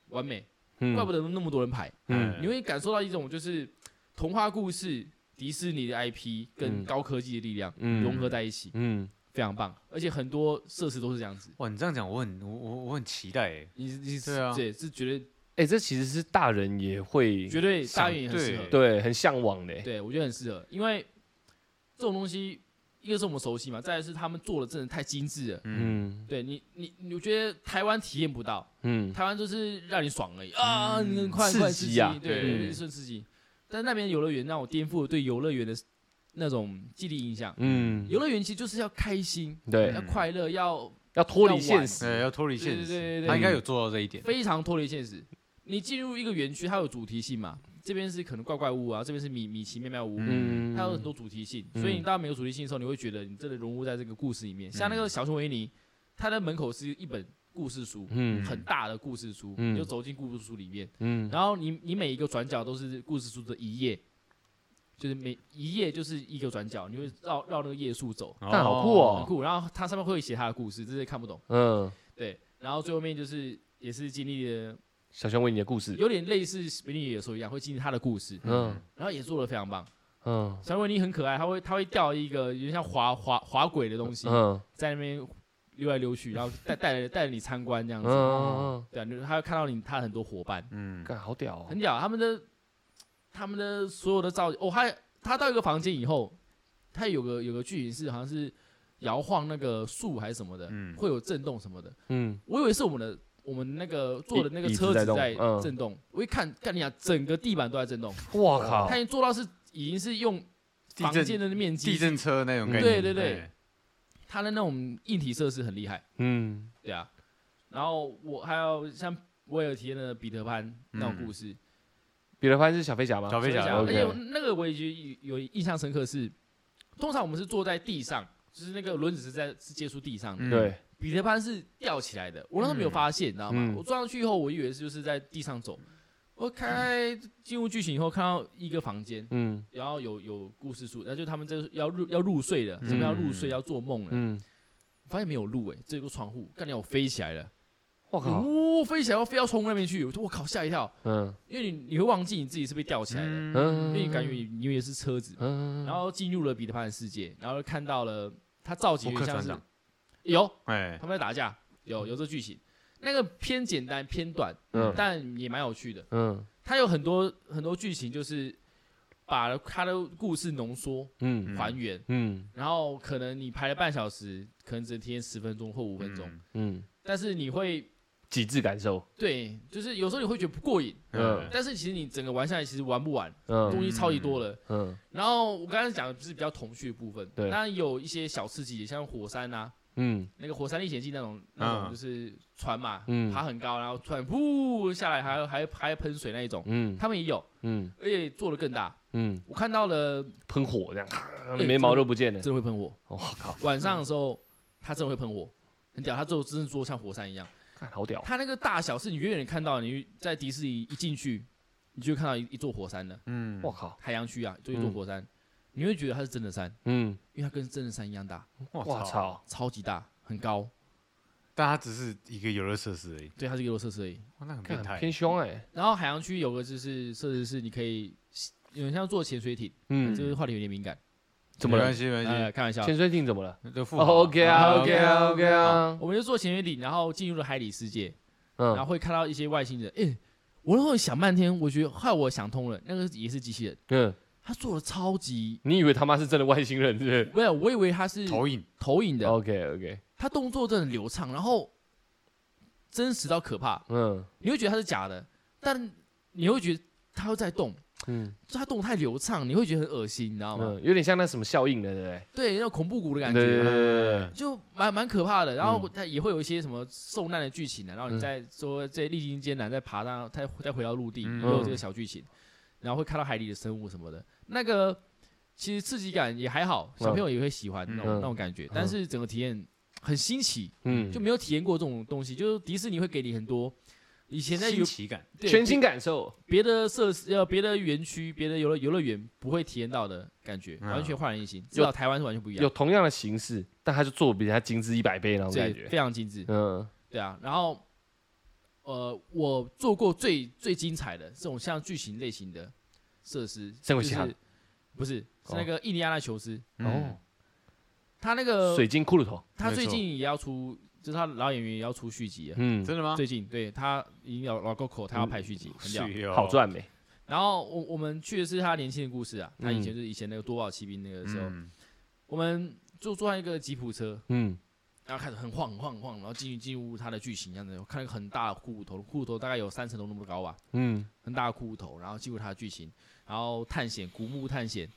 S1: 完美，
S2: 嗯，
S1: 怪不得那么多人排。
S2: 嗯
S1: 你会感受到一种就是童话故事、迪士尼的 IP 跟
S2: 嗯
S1: 高科技的力量
S2: 嗯
S1: 融合在一起。
S2: 嗯
S1: 非常棒，而且很多设施都是这样子。
S3: 哇，你这样讲，我很我我我很期待哎，
S1: 你你
S3: 对啊
S1: 对，是绝对
S2: 哎、这其实是大人也会
S1: 绝对大运也很
S3: 对
S1: 适合。
S2: 对很向往的、
S1: 对，我觉得很适合，因为这种东西，一个是我们熟悉嘛，再来是他们做的真的太精致了。
S3: 嗯，
S2: 嗯
S1: 对你，你，你我觉得台湾体验不到，
S2: 嗯
S1: 台湾就是让你爽而已啊，
S3: 嗯
S1: 你很快很快刺
S2: 刺激啊
S1: 对，
S2: 嗯
S1: 一瞬刺激。但是那边游乐园让我颠覆了对游乐园的那种既定印象。
S2: 嗯，
S1: 游乐园其实就是要开心，
S2: 对
S1: 要，快乐，要
S2: 要脱离现实，
S3: 呃对，要脱离
S1: 对
S3: 现
S1: 对
S3: 实，
S1: 对对
S3: 他
S1: 对
S3: 应，该有做到这一点，
S1: 非常脱离现实。你进入一个园区，它有主题性嘛？这边是可能怪怪屋啊，这边是米米奇妙妙屋，
S2: 嗯，
S1: 它有很多主题性。
S2: 嗯
S1: 所以你到每个主题性的时候，你会觉得你真的融入在这个故事里面。像那
S2: 嗯
S1: 个小熊维尼，它的门口是一本故事书，
S2: 嗯
S1: 很大的故事书，
S2: 嗯
S1: 你就走进故事书里面，
S2: 嗯，
S1: 然后你你每一个转角都是故事书的一页。就是每一页就是一个转角，你会绕绕那个页数走，
S2: 但好酷
S1: 很
S2: 哦，
S1: 酷。然后它上面会写它的故事，这些看不懂。
S2: 嗯，
S1: 对，然后最后面就是也是经历了
S2: 小熊维尼的故事，
S1: 有点类似比利野兽一样，会经历他的故事，
S2: 嗯
S1: 然后也做的非常棒。
S2: 嗯
S1: 小维尼很可爱，他会他会掉一个有点像滑滑滑轨的东西，
S2: 嗯
S1: 在那边溜来溜去，然后带带着带着你参观这样
S2: 嗯
S1: 子。
S2: 嗯，
S1: 对啊，就是他会看到你他很多伙伴，
S3: 嗯，
S2: 干好屌哦
S1: 很，屌。他们的他们的所有的造哦，他他到一个房间以后，他有个有个剧情是好像是摇晃那个树还是什么的，
S3: 嗯
S1: 会有震动什么的。
S2: 嗯
S1: 我以为是我们的我们那个坐的那个
S2: 椅椅子
S1: 车
S2: 在
S1: 子
S2: 动
S1: 在
S2: 嗯
S1: 震动，我一看，干你啊，整个地板都在震动。
S2: 我靠
S1: 他，已经做到是已经是用
S3: 地
S1: 房间
S3: 震
S1: 的面积，
S3: 地震车
S2: 嗯
S3: 那种概念，
S1: 对对对
S3: 哎，
S1: 他的那种硬体设施很厉害，
S2: 嗯
S1: 对啊。然后我还有像我有体验的彼得潘那种故事，
S2: 彼得潘是小飞侠吗？
S3: 小飞
S1: 所以
S3: 嗯侠
S1: 讲而
S2: OK
S1: 且我那个我也觉得有有印象深刻是，通常我们是坐在地上，就是那个轮子是在是接触地上的，
S3: 嗯
S2: 对，
S1: 彼得潘是吊起来的，我那时候没有发现，你知道吗
S2: 嗯？
S1: 我坐上去以后，我以为是就是在地上
S3: 嗯
S1: 走。我开进入剧情以后，看到一个房间，
S2: 嗯
S1: 然后有有故事书，那就他们这是要入要入睡了，什么要入睡
S3: 嗯
S1: 要做梦了。
S2: 嗯，
S1: 发现没有路哎、欸，这有个窗户，干掉我飞起来了，
S2: 我靠，
S1: 呜、飞起来要飞到窗户那边去，我说我靠吓一跳，
S2: 嗯
S1: 因为你你会忘记你自己是被吊起来的，因
S2: 嗯，
S1: 为你感觉你你以为是车子，
S2: 嗯，
S1: 然后进入了彼得潘的世界，然后看到了他造景有
S3: 福克
S1: 点像
S3: 船
S1: 是
S3: 长，
S1: 有
S3: 哎
S1: 他，们在打架，有有这剧情，那个偏简单偏短，
S2: 嗯
S1: 但也蛮有趣的，
S2: 嗯
S1: 它有很多很多剧情就是把它的故事浓缩
S2: 嗯
S1: 还原。
S2: 嗯
S1: 然后可能你排了半小时，可能只能体验十分钟或五分钟，
S3: 嗯
S2: 嗯，
S1: 但是你会
S2: 极致感受，
S1: 对，就是有时候你会觉得不过瘾，
S2: 嗯
S1: 但是其实你整个玩下来，其实玩不完，东
S2: 嗯
S1: 西超级多了。
S2: 嗯
S1: 然后我刚才讲的是比较童趣的部分，
S2: 对
S1: 当然有一些小刺激，像火山啊，
S2: 嗯
S1: 那个火山历险记那种那种
S3: 嗯
S1: 就是船嘛，
S2: 嗯
S1: 爬很高，然后突然噗下来还，还还还喷水那一种，
S2: 嗯
S1: 他们也有，
S2: 嗯
S1: 而且做的更大。
S2: 嗯，
S1: 我看到了
S2: 喷火这样，眉毛都不见了，
S1: 真的会喷火，
S2: 我靠，
S1: 晚上的时候它真的会喷火，很屌，它最后真的做像火山一样。
S2: 看好屌，
S1: 它那个大小是你远远看到，你在迪士尼一进去，你就看到一一座火山了，
S3: 嗯，
S2: 我靠，
S1: 海洋区啊，就一座
S2: 嗯
S1: 火山，你会觉得它是真的山，
S2: 嗯，
S1: 因为它跟真的山一样大，
S2: 我！操，
S1: 超级大，很高，
S3: 嗯但它只是一个游乐设施而已，
S1: 对，它是一个游乐设施而已。
S3: 哇，那很变
S2: 看
S3: 态。
S2: 偏凶哎，
S1: 然后海洋区有个就是设施是你可以，有点像坐潜水艇，
S2: 嗯，
S1: 这个话题有点敏感，
S2: 怎么了
S3: 没关系，没关
S1: 呃，开玩笑，
S2: 潜水艇怎么了？
S3: 系，就付
S2: 哦，OK 啊，OK 啊，OK。
S3: 好
S2: 啊，
S1: 我们就坐潜水艇，然后进入了海底世界，然后
S2: 嗯
S1: 会看到一些外星人。诶，我那时候想半天，我觉得后来我想通了，那个也是机器人，
S2: 嗯，
S1: 他做的超级，
S2: 你以为他妈是真的外星人是不是
S1: 没有，我以为他是
S3: 投影，
S1: 投影的，
S2: ？OK OK，
S1: 他动作真的很流畅，然后真实到可怕，
S2: 嗯
S1: 你会觉得他是假的，但你会觉得他又在动，
S2: 嗯
S1: 就他动得太流畅，你会觉得很恶心，你知道吗？
S2: 嗯，有点像那什么效应的，对不对？
S1: 对，那种恐怖谷的感
S2: 对
S1: 觉
S2: 对。
S3: 嗯
S1: 就蛮蛮可怕的，然后
S2: 嗯
S1: 它也会有一些什么受难的剧情啊，然后你
S2: 嗯
S1: 再说这历经艰难，再爬到再再回到陆地，
S3: 嗯
S1: 也有这个小剧情，然后会看到海底的生物什么的，那个其实刺激感也还好，小朋友也会喜欢那种
S2: 嗯
S1: 那种感觉，但是整个体验很新奇，
S2: 嗯
S1: 就，没有体验过这种东西，就是迪士尼会给你很多以前在
S3: 新
S1: 有
S3: 奇感，
S1: 对
S2: 全新感受，
S1: 别的设施呃别的园区、别的游乐游乐园不会体验到的感觉，
S3: 嗯
S1: 完全焕然一新，至
S2: 有
S1: 少台湾是完全不一样
S2: 有，同样的形式，但他就做得比他精致一百倍那种
S1: 对
S2: 感觉
S1: 非。常精致。
S2: 嗯
S1: 对啊，然后呃，我做过最最精彩的这种像剧情类型的设施，
S2: 圣母
S1: 就
S2: 奇航
S1: 是不是是
S2: 哦
S1: 那个印第安纳琼斯，
S3: 哦
S2: 哦，，
S1: 他那个
S2: 水晶骷髅头，
S1: 他最
S3: 没错
S1: 近也要出，就是他老演员也要出续集了。啊
S2: 嗯，
S3: 真的吗？
S1: 最近对他已经有老够口，他要拍续集，很屌。
S3: 水哦
S2: 好，赚欸没？
S1: 然后我我们去的是他年轻的故事啊，他以
S2: 嗯
S1: 前就是以前那个多宝奇兵那个时候，
S3: 嗯，
S1: 我们就坐上一个吉普车，
S2: 嗯
S1: 然后开始很晃很晃很晃，然后进进入他的剧情，这样子，我看到一个很大的骷髅头，骷髅头大概有三层楼那么高吧，
S2: 嗯，
S1: 很大的骷髅头，然后进入它的剧情，然后探险古墓探险，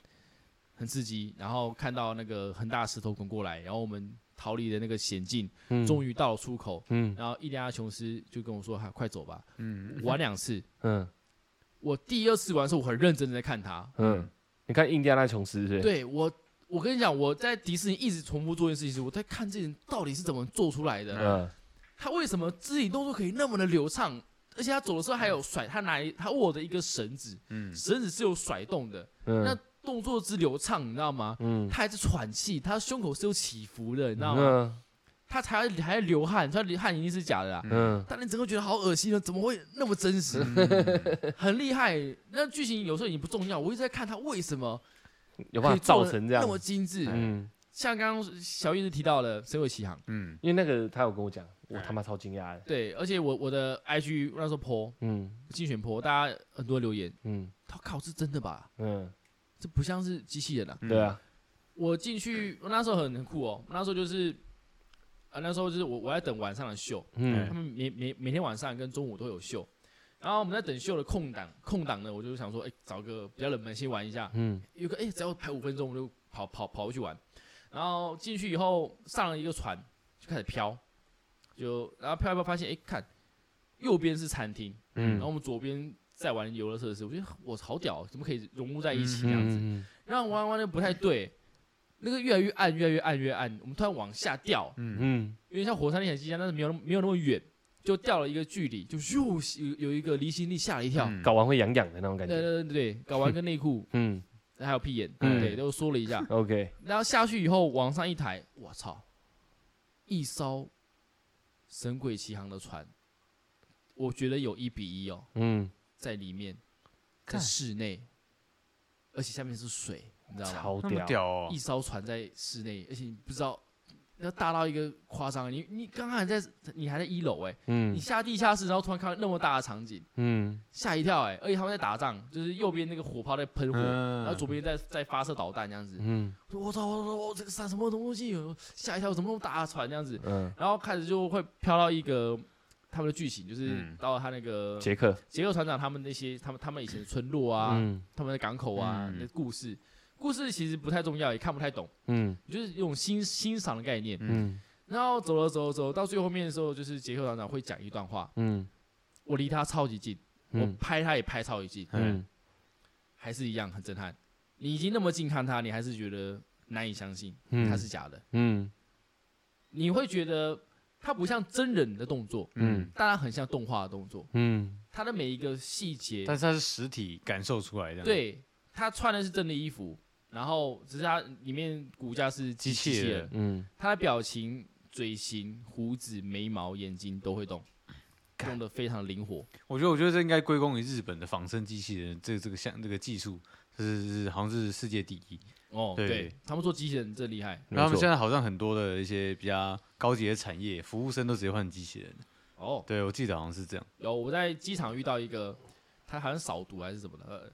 S1: 很刺激。然后看到那个很大的石头滚过来，然后我们逃离的那个险境，
S2: 嗯
S1: 终于到了出口。
S2: 嗯
S1: 然后伊利亚琼斯就跟我说：“哈，快走吧。”
S3: 嗯，
S1: 玩两次，
S2: 嗯
S1: 我第二次玩的时候，我很认真的在看它。
S2: 嗯，你看印第安纳琼斯是不是？
S1: 对我，我跟你讲，我在迪士尼一直重复做一件事情是，我在看这人到底是怎么做出来的。
S2: 嗯
S1: 他为什么肢体动作可以那么的流畅？而且他走的时候还有甩，他拿他握着一个绳子，
S3: 嗯
S1: 绳子是有甩动的，那
S2: 嗯
S1: 动作之流畅，你知道吗？
S2: 嗯，
S1: 他还在喘气，他胸口是有起伏的，你知道吗？
S2: 嗯
S1: 他才还在流汗，他流汗一定是假的啦。
S2: 嗯
S1: 但你整个觉得好恶心啊，怎么会那么真实？
S2: 嗯
S1: 很厉害。那剧情有时候已经不重要，我一直在看他为什么
S2: 有办
S1: 可
S2: 法
S1: 以做
S2: 造
S1: 得
S2: 成这样
S1: 那，么精致。
S2: 嗯，
S1: 像刚刚小玉子提到了《神鬼奇航》，
S3: 嗯，
S2: 因为那个他有跟我讲，我他妈超惊讶的，
S1: 对，而且我我的 IG 那时候 po
S2: 嗯
S1: 竞选 po，大家很多留言，
S2: 嗯
S1: 他靠是真的吧？
S2: 嗯，
S1: 这不像是机器人啊！
S3: 嗯
S2: 对，啊，
S1: 我进去，我那时候很很酷哦，那时候就是，啊、那时候就是我我在等晚上的秀，他
S2: 嗯
S1: 们每每每天晚上跟中午都有秀，然后我们在等秀的空档，空档呢，我就想说，哎、找个比较冷门先玩一下，
S2: 嗯
S1: 有个哎、只要排五分钟，我就跑跑跑过去玩，然后进去以后上了一个船，就开始飘，就然后飘一飘发现，哎、看右边是餐厅，然后
S2: 嗯，
S1: 我们左边在玩游乐设施，我觉得我好屌哦，怎么可以融入在一起这样子？
S2: 嗯
S1: 然后玩玩的不太对，那个越来越暗，越来越暗，越来越暗。我们突然往下掉，
S3: 嗯
S2: 嗯
S1: 有点像火山历险记一样，但是没有那么没有那么远，就掉了一个距离，就咻有有一个离心力，吓了一跳。
S3: 嗯
S2: 搞完会痒痒的那种感
S1: 对
S2: 觉，
S1: 对对对，睾丸跟内裤
S2: 嗯
S1: 还有屁眼，
S2: 嗯
S1: 对，都缩了一下。
S2: ，OK，
S1: 然后下去以后往上一抬，我操，一艘神鬼奇航的船，我觉得有一比一哦，
S2: 嗯，
S1: 在里面，在
S3: 干
S1: 室内，而且下面是水，你知道吗？
S2: 超
S3: 那么
S2: 屌，
S3: 屌哦
S1: 一，艘船在室内，而且你不知道，那大到一个夸张。你你刚刚还在，你还在一楼哎、你
S2: 嗯
S1: 下地下室，然后突然看到那么大的场景，
S2: 嗯
S1: 吓一跳哎、而且他们在打仗，就是右边那个火炮在喷火，然后
S3: 嗯
S1: 左边在在发射导弹这样子。
S2: 嗯
S1: 我说我操我操我操这个山什么东西？吓一跳，怎么那么大的船这样子？
S2: 嗯，
S1: 然后开始就会飘到一个他们的剧情，就是
S3: 嗯
S1: 到他那个
S2: 杰克，
S1: 杰克船长他们那些他们他们以前的村落啊，
S2: 嗯
S1: 他们的港口啊，
S3: 嗯
S1: 那故事故事其实不太重要，也看不太懂。
S2: 嗯
S1: 就是一种欣欣赏的概念。
S2: 嗯
S1: 然后走了走了走了到最后面的时候，就是杰克船长会讲一段话，
S2: 嗯
S1: 我离他超级近，我
S2: 嗯
S1: 拍他也拍超级近，
S3: 嗯，
S2: 嗯
S1: 还是一样很震撼。你已经那么近看他，你还是觉得难以相信
S2: 嗯，
S1: 他是假的，
S2: 嗯
S1: 你会觉得。它不像真人的动作，
S3: 嗯，
S1: 但它很像动画的动作，
S2: 嗯
S1: 它的每一个细节，
S3: 但是它是实体感受出来的，，
S1: 对，它穿的是真的衣服，然后只是它里面骨架是
S3: 机器
S1: 器
S3: 人
S1: 人，
S2: 嗯，
S1: 他的表情、嘴型、胡子、眉毛、眼睛都会动，用的非常灵活。
S3: 我觉得我觉得这应该归功于日本的仿生机器人这这个项这个技术是是好像是世界第一，
S1: 哦，
S3: 对
S1: 他们做机器人真厉害。
S2: 没
S3: 然后他们
S2: 错
S3: 现在好像很多的一些比较高级的产业，服务生都直接换机器人，
S1: 哦，
S3: 对我记得好像是这样，
S1: 有我在机场遇到一个，他好像扫毒还是什么的，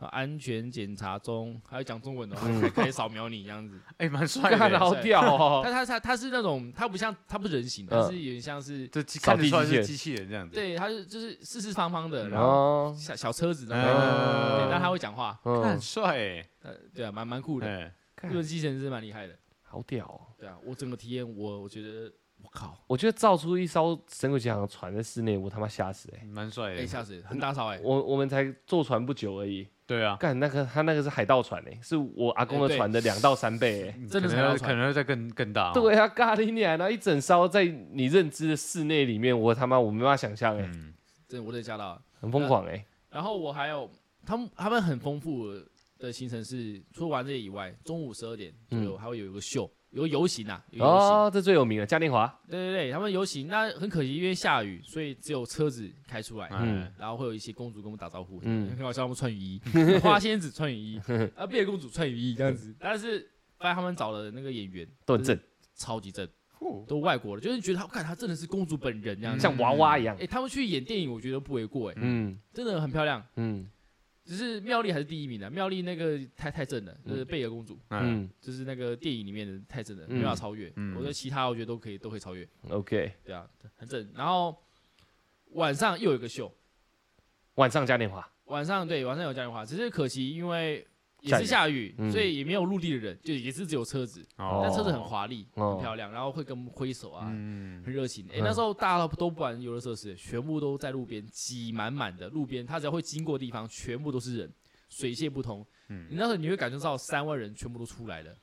S1: 呃，安全检查中，还要讲中文的，
S3: 嗯
S1: 还可以扫描你这样子。
S3: 哎，蛮 帅
S2: 干
S3: 的，
S2: 好屌哦，
S1: 但他他他是那种，他不像他不是人形的，
S2: 嗯
S1: 他是有点像是，
S3: 这机
S2: 扫
S3: 看得
S2: 地
S3: 出来
S2: 机器
S3: 是
S2: 人
S3: 机器人这样子，
S1: 对，他是就是四四方方的，然后
S2: 哦，
S1: 小小车子那种，
S3: 嗯
S1: 对，但他会讲话，
S3: 看
S2: 嗯
S3: 很，帅哎，
S1: 呃，对啊，蛮蛮酷的。
S3: 哎
S2: 干
S1: 日本机器人是蛮厉害的，
S2: 好屌哦。
S1: 对啊，我整个体验我我觉得，我靠。
S2: 我觉得造出一艘神鬼奇航的船在室内，我他妈吓死哎！
S3: 蛮帅
S1: 哎、
S3: 的，
S1: 吓死人，很大烧哎、
S2: 我我们才坐船不久而已，
S3: 对啊，
S2: 干那个他那个是海盗船哎，是我阿公
S1: 哎
S2: 的
S1: 对
S2: 船的两到三倍哎。
S1: 真的
S3: 可
S1: 才要
S3: 能
S1: 传
S3: 可能会再更更大哦，
S2: 对啊，咖喱奶，然后一整艘在你认知的室内里面，我他妈我没办法想象哎，
S3: 嗯，
S1: 真的我真的吓到了。
S2: 很疯狂哎。
S1: 然后我还有他们他们很丰富的行程是，除了玩这些以外，中午十二点左
S3: 嗯
S1: 右、还会有一个秀，有个游行啊，有个游行。
S2: 哦，这最有名了，嘉年华。
S1: 对对对，他们游行，那很可惜，因为下雨，所以只有车子开出来。
S3: 嗯
S1: 然后会有一些公主跟我们打招呼，
S2: 嗯
S1: 很好笑，他们穿雨 衣，花仙子穿雨衣，啊，贝尔公主穿雨衣这样子。但是发现他们找的那个演员
S2: 都很正，
S1: 超级正，都外国的，就是觉得他，看他真的是公主本人这样子。
S2: 像娃娃一样
S1: 哎、。他们去演电影，我觉得不为过哎、
S2: 嗯
S1: 真的很漂亮。
S2: 嗯
S1: 只是妙丽还是第一名的，妙丽那个太太正了，就是贝尔公主，
S3: 嗯
S2: 嗯
S1: 就是那个电影里面的太正了，
S2: 嗯
S1: 没办法超越。
S3: 嗯
S1: 我觉得其他我觉得都可以，都可以超越，
S2: ，OK。
S1: 对啊，很正。然后晚上又有一个秀，
S2: 晚上嘉年华，
S1: 晚上对晚上有嘉年华，只是可惜因为也
S2: 下
S1: 是
S2: 雨
S1: 下雨，
S2: 嗯
S1: 所以也没有陆地的人，就也是只有车子，
S3: 哦
S1: 但车子很华丽，
S2: 哦
S1: 很漂亮，然后会跟我们挥手啊。
S3: 嗯
S1: 很热情，哎、
S2: 嗯
S1: 那时候大家都不玩游乐设施，全部都在路边挤满满的，路边他只要会经过的地方，全部都是人，水泄不通。你
S3: 嗯，
S1: 那时候你会感觉到三万人全部都出来了。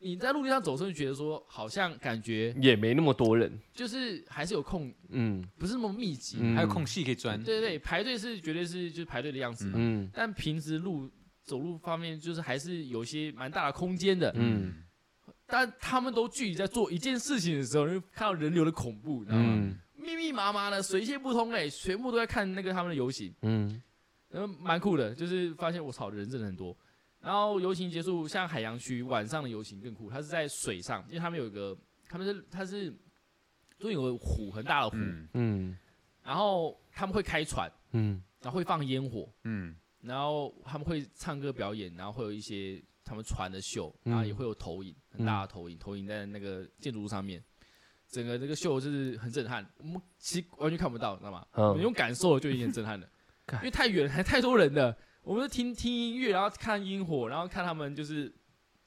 S1: 你在陆地上走的时候，你觉得说好像感觉
S2: 也没那么多人。
S1: 就是还是有空，
S2: 嗯
S1: 不是那么密集。
S2: 嗯
S3: 还有空隙可以钻，
S1: 对对对，排队是绝对是就是排队的样子嘛。
S2: 嗯
S1: 但平时路走路方面，就是还是有一些蛮大的空间的。
S2: 嗯
S1: 但他们都聚集在做一件事情的时候，你就看到人流的恐怖，你知道吗？
S2: 嗯
S1: 密密麻麻的，水泄不通哎、全部都在看那个他们的游行。
S2: 嗯
S1: 然后蛮酷的，就是发现我操，人真的很多。然后游行结束，像海洋区晚上的游行更酷，它是在水上，因为他们有一个，他们是它是都有个湖，很大的湖，
S3: 嗯
S2: 嗯
S1: 然后他们会开船，
S2: 嗯
S1: 然后会放烟火，
S3: 嗯
S1: 然后他们会唱歌表演，然后会有一些他们船的秀，
S2: 嗯
S1: 然后也会有投影，很大的投影，投影在那个建筑物上面。整个这个秀就是很震撼，我们其实完全看不到，知道吗？
S2: 嗯，
S1: 你用感受就已经很震撼了
S2: 干
S1: 因为太远了，还太多人了。我们就听听音乐，然后看烟火，然后看他们就是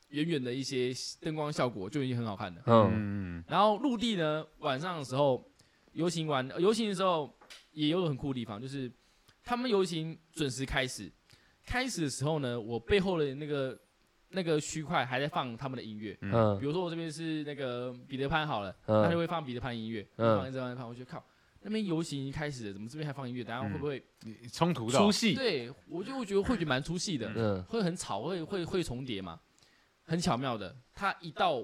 S1: 远远的一些灯光效果就已经很好看了。
S2: 嗯
S3: 嗯
S1: 然后陆地呢，晚上的时候游行完，呃游行的时候也有很酷的地方，就是他们游行准时开始，开始的时候呢，我背后的那个那个区块还在放他们的音乐，比
S2: 嗯
S1: 如说我这边是那个彼得潘好了，
S2: 嗯
S1: 他就会放彼得潘音乐，
S2: 嗯
S1: 放一直放一直放，我觉得靠。那边游行已经开始了，怎么这边还放音乐？等下会不会？
S3: 嗯，冲突到
S2: 出，戏。
S1: 对我就会觉得会觉得蛮出戏的，
S2: 嗯
S1: 会很吵，会会会重叠嘛，很巧妙的。它一到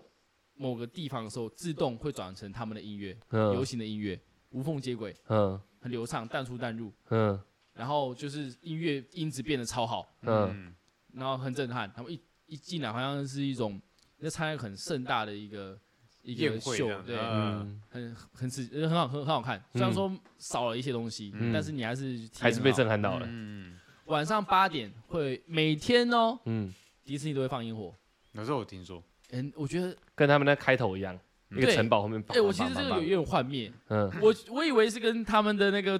S1: 某个地方的时候，自动会转成他们的音乐，流
S2: 嗯
S1: 行的音乐，无缝接轨，
S2: 嗯
S1: 很流畅，淡出淡入，
S2: 嗯
S1: 然后就是音乐音质变得超好，
S2: 嗯
S3: 嗯
S1: 然后很震撼。他们一一进来，好像是一种在参加很盛大的一个一个
S3: 宴会这
S1: 秀，
S3: 样子
S1: 对，
S3: 啊
S2: 嗯，
S1: 很很刺，呃很好，很很好看。虽然说少了一些东西，
S2: 嗯
S1: 但是你还是
S2: 还是被
S1: 震。
S2: 震撼到了。
S3: 嗯，
S1: 晚上八点会每天哦，
S2: 嗯，
S1: 迪士尼都会放烟火。
S3: 有时候我听说，
S1: 嗯，我觉得，
S2: 跟他们那开头一样，
S3: 嗯
S2: 一个城堡后面。
S1: 哎、我其实这个有有点幻灭，
S2: 嗯
S1: 我我以为是跟他们的那个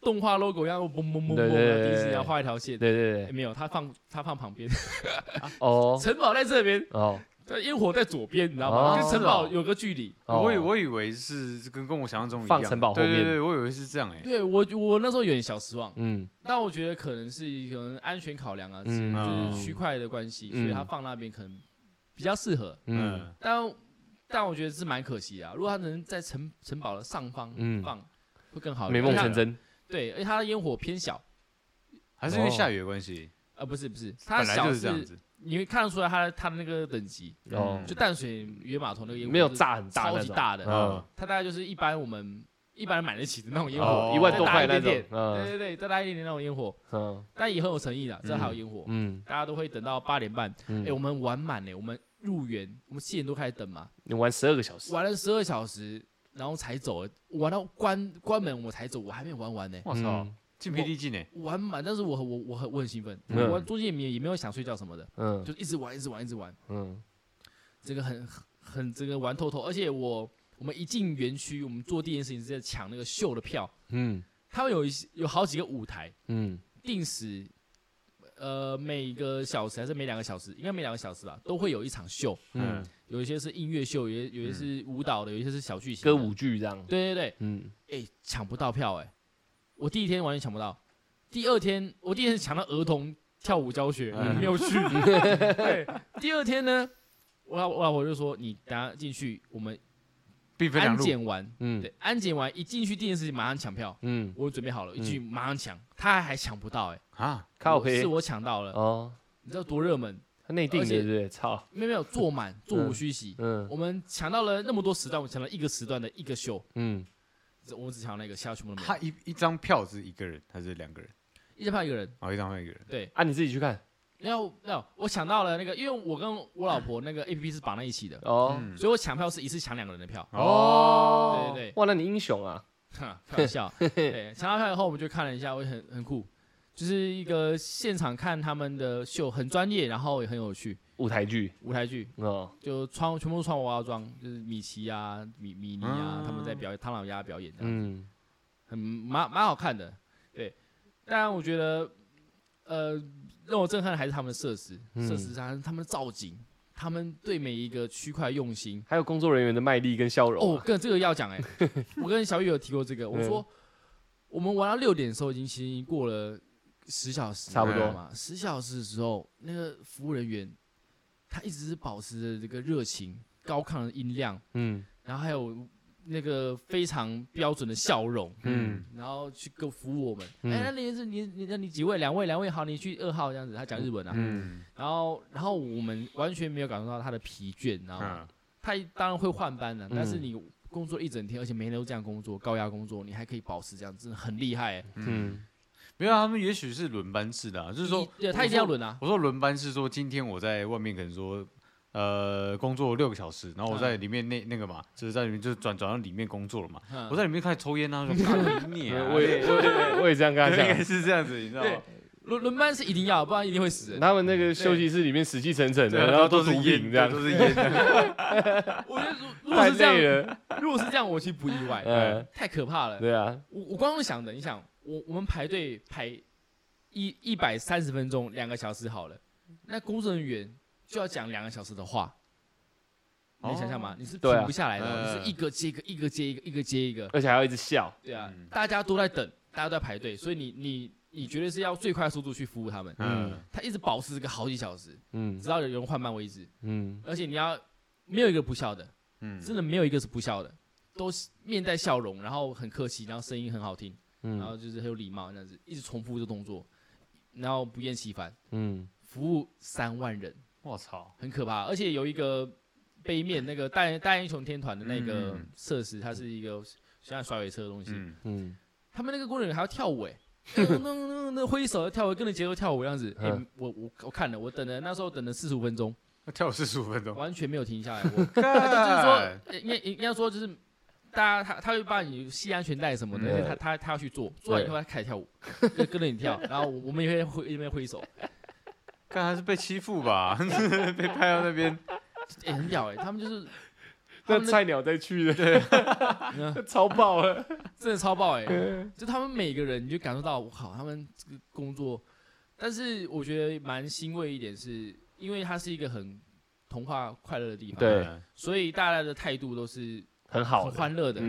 S1: 动画 logo 一样，嘣嘣嘣
S2: 对
S1: 嘣，
S2: 对对对
S1: 迪士尼要画一条线。
S2: 对对
S1: 哎
S2: 对
S1: 没有，他放他放旁边，
S2: 哦
S1: 城堡在这边，
S2: 哦
S1: 对烟火在左边，你知道吗？
S2: 哦
S1: 跟城堡有个距离。
S2: 哦，
S3: 我以我以为是跟跟我想象中一样，
S2: 放城堡后面
S3: 对对对，我以为是这样哎，
S1: 对我我那时候有点小失望，
S2: 嗯
S1: 但我觉得可能是可能安全考量啊，
S2: 嗯
S1: 就是
S3: 嗯
S1: 区块的关系，
S2: 嗯
S1: 所以他放那边可能比较适合。
S2: 嗯
S1: 但但我觉得是蛮可惜的啊。如果他能在城城堡的上方
S2: 嗯
S1: 放，会更好。
S2: 美梦
S1: 因为它
S2: 成真，
S1: 对，而且它的烟火偏小，
S3: 还是因为下雨的关系，
S1: 呃，不是不是，它
S3: 本来
S1: 小
S3: 就是这样子。
S1: 你会看得出来它的它的那个等级，
S2: 哦
S3: 嗯
S1: 就淡水渔码头那个烟火
S2: 没有
S1: 是
S2: 炸很大
S1: 超
S2: 那
S1: 级
S2: 种，
S1: 大的，
S2: 嗯，
S1: 它大概就是一般我们一般人买得起的那种烟火，
S2: 哦，一万多块
S1: 再
S2: 那
S1: 大一
S2: 种
S1: 点，对
S2: 嗯
S1: 对对，再大一点点那种烟火，
S2: 嗯
S1: 但也很有诚意的，这还有烟火，
S2: 嗯
S1: 大家都会等到八点半，哎、我
S2: 嗯，
S1: 们玩满呢，我们入园，我们七点多开始等嘛，
S2: 你玩十二个小时，
S1: 玩了十二小时，然后才走，我玩到关关门我才走，我还没有玩完呢。
S3: 我操，
S2: 嗯
S3: 精疲力尽呢。
S1: 玩满，但是我很我我很我很兴奋，
S2: 嗯
S1: 我玩中间也没有也没有想睡觉什么的，
S2: 嗯
S1: 就一直玩一直玩一直玩，
S2: 嗯
S1: 这个很很很这个玩透透。而且我我们一进园区，我们做第一件事情是在抢那个秀的票，
S2: 嗯
S1: 他们有一些有好几个舞台，
S2: 嗯
S1: 定时，呃，每个小时还是每两个小时，应该每两个小时吧，都会有一场秀，
S2: 嗯
S3: 嗯，，
S1: 有一些是音乐秀，有一些有一些是舞蹈的，有一些是小剧情
S2: 歌
S1: 的
S2: 舞。剧这样，
S1: 对对对，
S2: 嗯
S1: 哎、抢不到票哎、我第一天完全抢不到，第二天我第一天抢到儿童跳舞教学，
S3: 嗯
S1: 没有 去。对，第二天呢，我老我老婆就说你等下进去，我们
S3: 并非
S1: 安
S3: 良路。
S1: 检完，
S2: 嗯
S1: 对，安检完一进去第一件事情马上抢票，
S2: 嗯，
S1: 我准备好了，一进去马上抢，他还抢不到哎、
S3: 啊，
S2: 靠
S1: 我
S2: 黑
S1: 是我抢到了，
S2: 哦，
S1: 你知道多热门？
S2: 他内定
S1: 而
S2: 的
S1: 且
S2: 对不对？操，
S1: 没有没有，坐满，座无虚席。
S2: 嗯
S1: 我们抢到了那么多时段，我们抢了一个时段的一个秀，
S2: 嗯
S1: 只我们只抢那个，其他全部都没有
S3: 他。一一张票是一个人还是两个人？
S1: 一人票一个人，
S3: 哦，一张票一个人。
S1: 对。
S2: 啊，你自己去看
S1: 然后没有，我抢到了那个，因为我跟我老婆那个 A P P 是绑在一起的，
S2: 哦
S3: 嗯
S1: 所以我抢票是一次抢两个人的票。
S2: 哦，
S1: 对对对
S2: 哇，那你英雄啊，
S1: 哈，开玩笑。对，抢到票以后，我们就看了一下，我也很很酷，就是一个现场看他们的秀，很专业，然后也很有趣，
S2: 舞台剧
S1: 舞台剧。
S2: 哦，
S1: 就穿全部都穿娃娃装，就是米奇啊、米米妮啊，
S3: 啊
S1: 他们在表演唐老鸭表演这样，
S2: 嗯
S1: 很蛮蛮好看的。对，但我觉得，呃，让我震撼的还是他们的设施，
S2: 嗯
S1: 设施上他们的造景，他们对每一个区块用心。
S2: 还有工作人员的卖力跟笑容
S1: 哦，
S2: 啊，嗯
S1: 跟这个要讲哎、我跟小雨有提过这个， 我说我们玩到六点的时候，已经其实过了十小时，
S2: 差不多
S1: 嘛。十小时的时候，那个服务人员他一直是保持着这个热情、高亢的音量，
S2: 嗯
S1: 然后还有那个非常标准的笑容，
S2: 嗯
S1: 然后去给我服务我们。哎、
S2: 嗯
S1: 那你是你你那你几位？两位，两位好，你去二号这样子。他讲日文啊，
S3: 嗯
S1: 然后然后我们完全没有感受到他的疲倦，然后、
S3: 嗯
S1: 他当然会换班了、
S2: 嗯
S1: 但是你工作一整天，而且每天都这样工作，高压工作，你还可以保持这样，真的很厉害、欸。
S3: 嗯，
S2: 嗯
S3: 没有啊，他们也许是轮班制的啊，就是说
S1: 一对他一定要轮啊，
S3: 我说轮班是说今天我在外面可能说，呃，工作六个小时，然后我在里面那那个嘛，就是在里面就转转到里面工作了嘛。
S1: 嗯
S3: 我在里面开始抽烟啊，说干你
S2: 嗯
S3: 啊，
S2: 我也我也我也这样跟他
S3: 应
S2: 讲
S3: 该。是这样子，你知道吗？
S1: 轮轮班是一定要，不然一定会死人。
S2: 他们那个休息室里面死气沉沉的，
S3: 啊
S2: 然后
S3: 都
S2: 毒
S3: 是
S2: 品
S3: 烟，
S2: 这样
S3: 对，都是烟。
S1: 我觉得如如果
S2: 太
S1: 是这
S2: 累
S1: 样，
S2: 了。
S1: 如果是这样，我其实不意外，
S2: 嗯
S1: 太可怕了。
S2: 对啊，
S1: 我我光用想的，你想，我我们排队排一一百三十分钟，两个小时好了，那工作人员就要讲两个小时的话，你能想象吗？你是
S2: 对啊
S1: 停不下来的哦，
S3: 哦嗯
S1: 你是一个接一个，一个接一个，一个接一个，
S2: 而且还要一直笑。
S1: 对啊
S3: 嗯，
S1: 大家都在等，大家都在排队，所以你你你绝对是要最快速度去服务他们。
S3: 嗯，
S1: 他一直保持这个好几小时，
S2: 嗯
S1: 直到有人换班为止，
S2: 嗯
S1: 而且你要没有一个不笑的，
S3: 嗯
S1: 真的没有一个是不笑的，都是面带笑容，然后很客气，然后声音很好听。然
S2: 嗯
S1: 后就是很有礼貌这样子，一直重复这动作，然后不厌其烦，
S2: 嗯，
S1: 服务三万人，
S3: 我操，
S1: 很可怕。而且有一个背面那个大大英雄天团的那个
S3: 嗯
S1: 设施，它是一个像甩尾车的东西，
S3: 嗯，
S2: 嗯，
S1: 他们那个工作人员还要跳舞 哎、那那那那挥手要跳舞，跟着节奏跳舞这样子。哎、
S2: 嗯
S1: 我我我看了，我等了那时候等了四十五分钟，
S3: 那跳了四十五分钟，
S1: 完全没有停下 来。我就是
S3: 干
S1: 说，应该应该说就是，大家他他会帮你系安全带什么的，
S2: 嗯
S1: 因为他他他要去做，做完以后他开始跳舞，跟跟着你 跳，然后我我们也会挥一边挥手，
S3: 干还是被欺负吧， 被派到那边，
S1: 哎、很屌哎、他们就是，他
S2: 那
S1: 们
S2: 菜鸟再去的，对，
S1: 嗯
S2: 超爆了。
S1: 真的超爆哎、就他们每个人你就感受到，我靠，他们这个工作，但是我觉得蛮欣慰一点是，因为它是一个很童话快乐的地方，
S2: 对
S3: 嗯
S1: 所以大家的态度都是
S2: 很好
S1: 很
S2: 的，
S1: 欢乐的，
S2: 嗯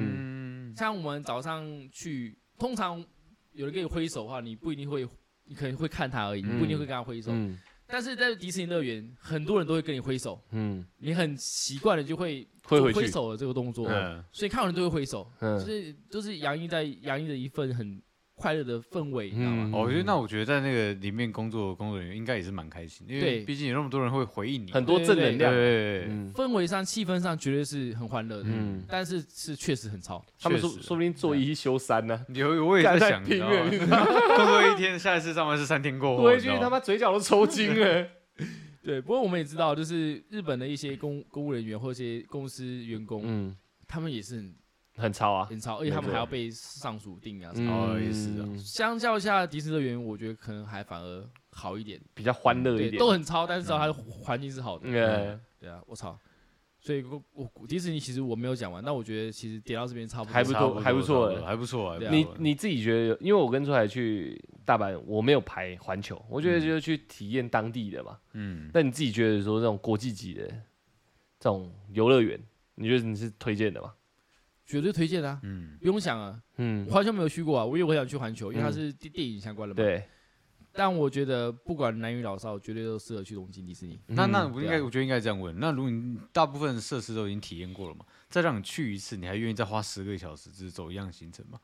S3: 嗯，
S1: 像我们早上去，通常有人跟你挥手的话，你不一定会，你可能会看他而已，你
S2: 嗯
S1: 不一定会跟他挥手。
S2: 嗯
S1: 但是在迪士尼乐园，很多人都会跟你挥手，
S2: 嗯，
S1: 你很习惯的就会
S2: 挥
S1: 做
S2: 回去
S1: 挥手的这个动作，
S3: 嗯，
S1: 所以看到人都会挥手，
S2: 嗯
S1: 就是就是洋溢在洋溢着一份很快乐的氛围，你知道吗？
S2: 嗯
S3: 哦我觉得那我觉得在那个里面工作的工作人员应该也是蛮开心，因为
S1: 对
S3: 毕竟有那么多人会回应你嘛，
S2: 很多正能
S3: 对
S2: 量，
S3: 对对，
S2: 嗯
S1: 氛围上、气氛上绝对是很欢乐的，
S2: 嗯，
S1: 但是是确实很吵。
S2: 他们
S3: 确
S2: 说
S3: 实
S2: 说不定做一休三呢，
S3: 有我也
S2: 干
S3: 在
S2: 在
S3: 想，你
S2: 拼
S3: 知道
S2: 了，你
S3: 吗
S2: 知 道吗
S3: 工作一天，下一次上班是三天过后，
S2: 回
S3: 哦你
S2: 去
S3: 知道吗
S2: 他妈嘴角都抽筋了。
S1: 对，不过我们也知道，就是日本的一些公公务人员或一些公司员工，
S2: 嗯，
S1: 他们也是很
S2: 很超啊，
S1: 很吵，而且他
S2: 没
S1: 们
S2: 错
S1: 还要被上属定啊什么的。
S3: 哦也是啊
S2: 嗯，
S1: 相较下，迪士尼乐园我觉得可能还反而好一点，
S2: 比较欢乐一
S1: 嗯对，
S2: 点，嗯
S1: 都很超，但是至少它的环境是好的。
S2: 呃，
S1: 对啊，我操！所以我我迪士尼其实我没有讲完，那我觉得其实点到这边差不多，
S2: 还不错
S3: 差多
S2: 还不错
S3: 差多还不错，还不
S1: 对
S3: 错
S1: 啊
S2: 你你自己觉得，因为我跟出海去大阪，我没有排环球，我
S1: 嗯
S2: 觉得就是去体验当地的嘛。
S3: 嗯，
S2: 那你自己觉得说这种国际级的这种游乐园，你觉得你是推荐的吗？
S1: 绝对推荐啊，
S3: 嗯，
S1: 不用想啊，
S2: 嗯，
S1: 环球没有去过啊，我也很想去环球，因为它是电电影相关的嘛。。
S2: 对，
S1: 但我觉得不管男女老少，绝对都适合去东京迪士尼。
S2: 嗯
S3: 那那我
S1: 对
S3: 应该，
S1: 啊
S3: 我觉得应该这样问。那如果你大部分设施都已经体验过了嘛，再让你去一次，你还愿意再花十个小时，只是走一样行程吗？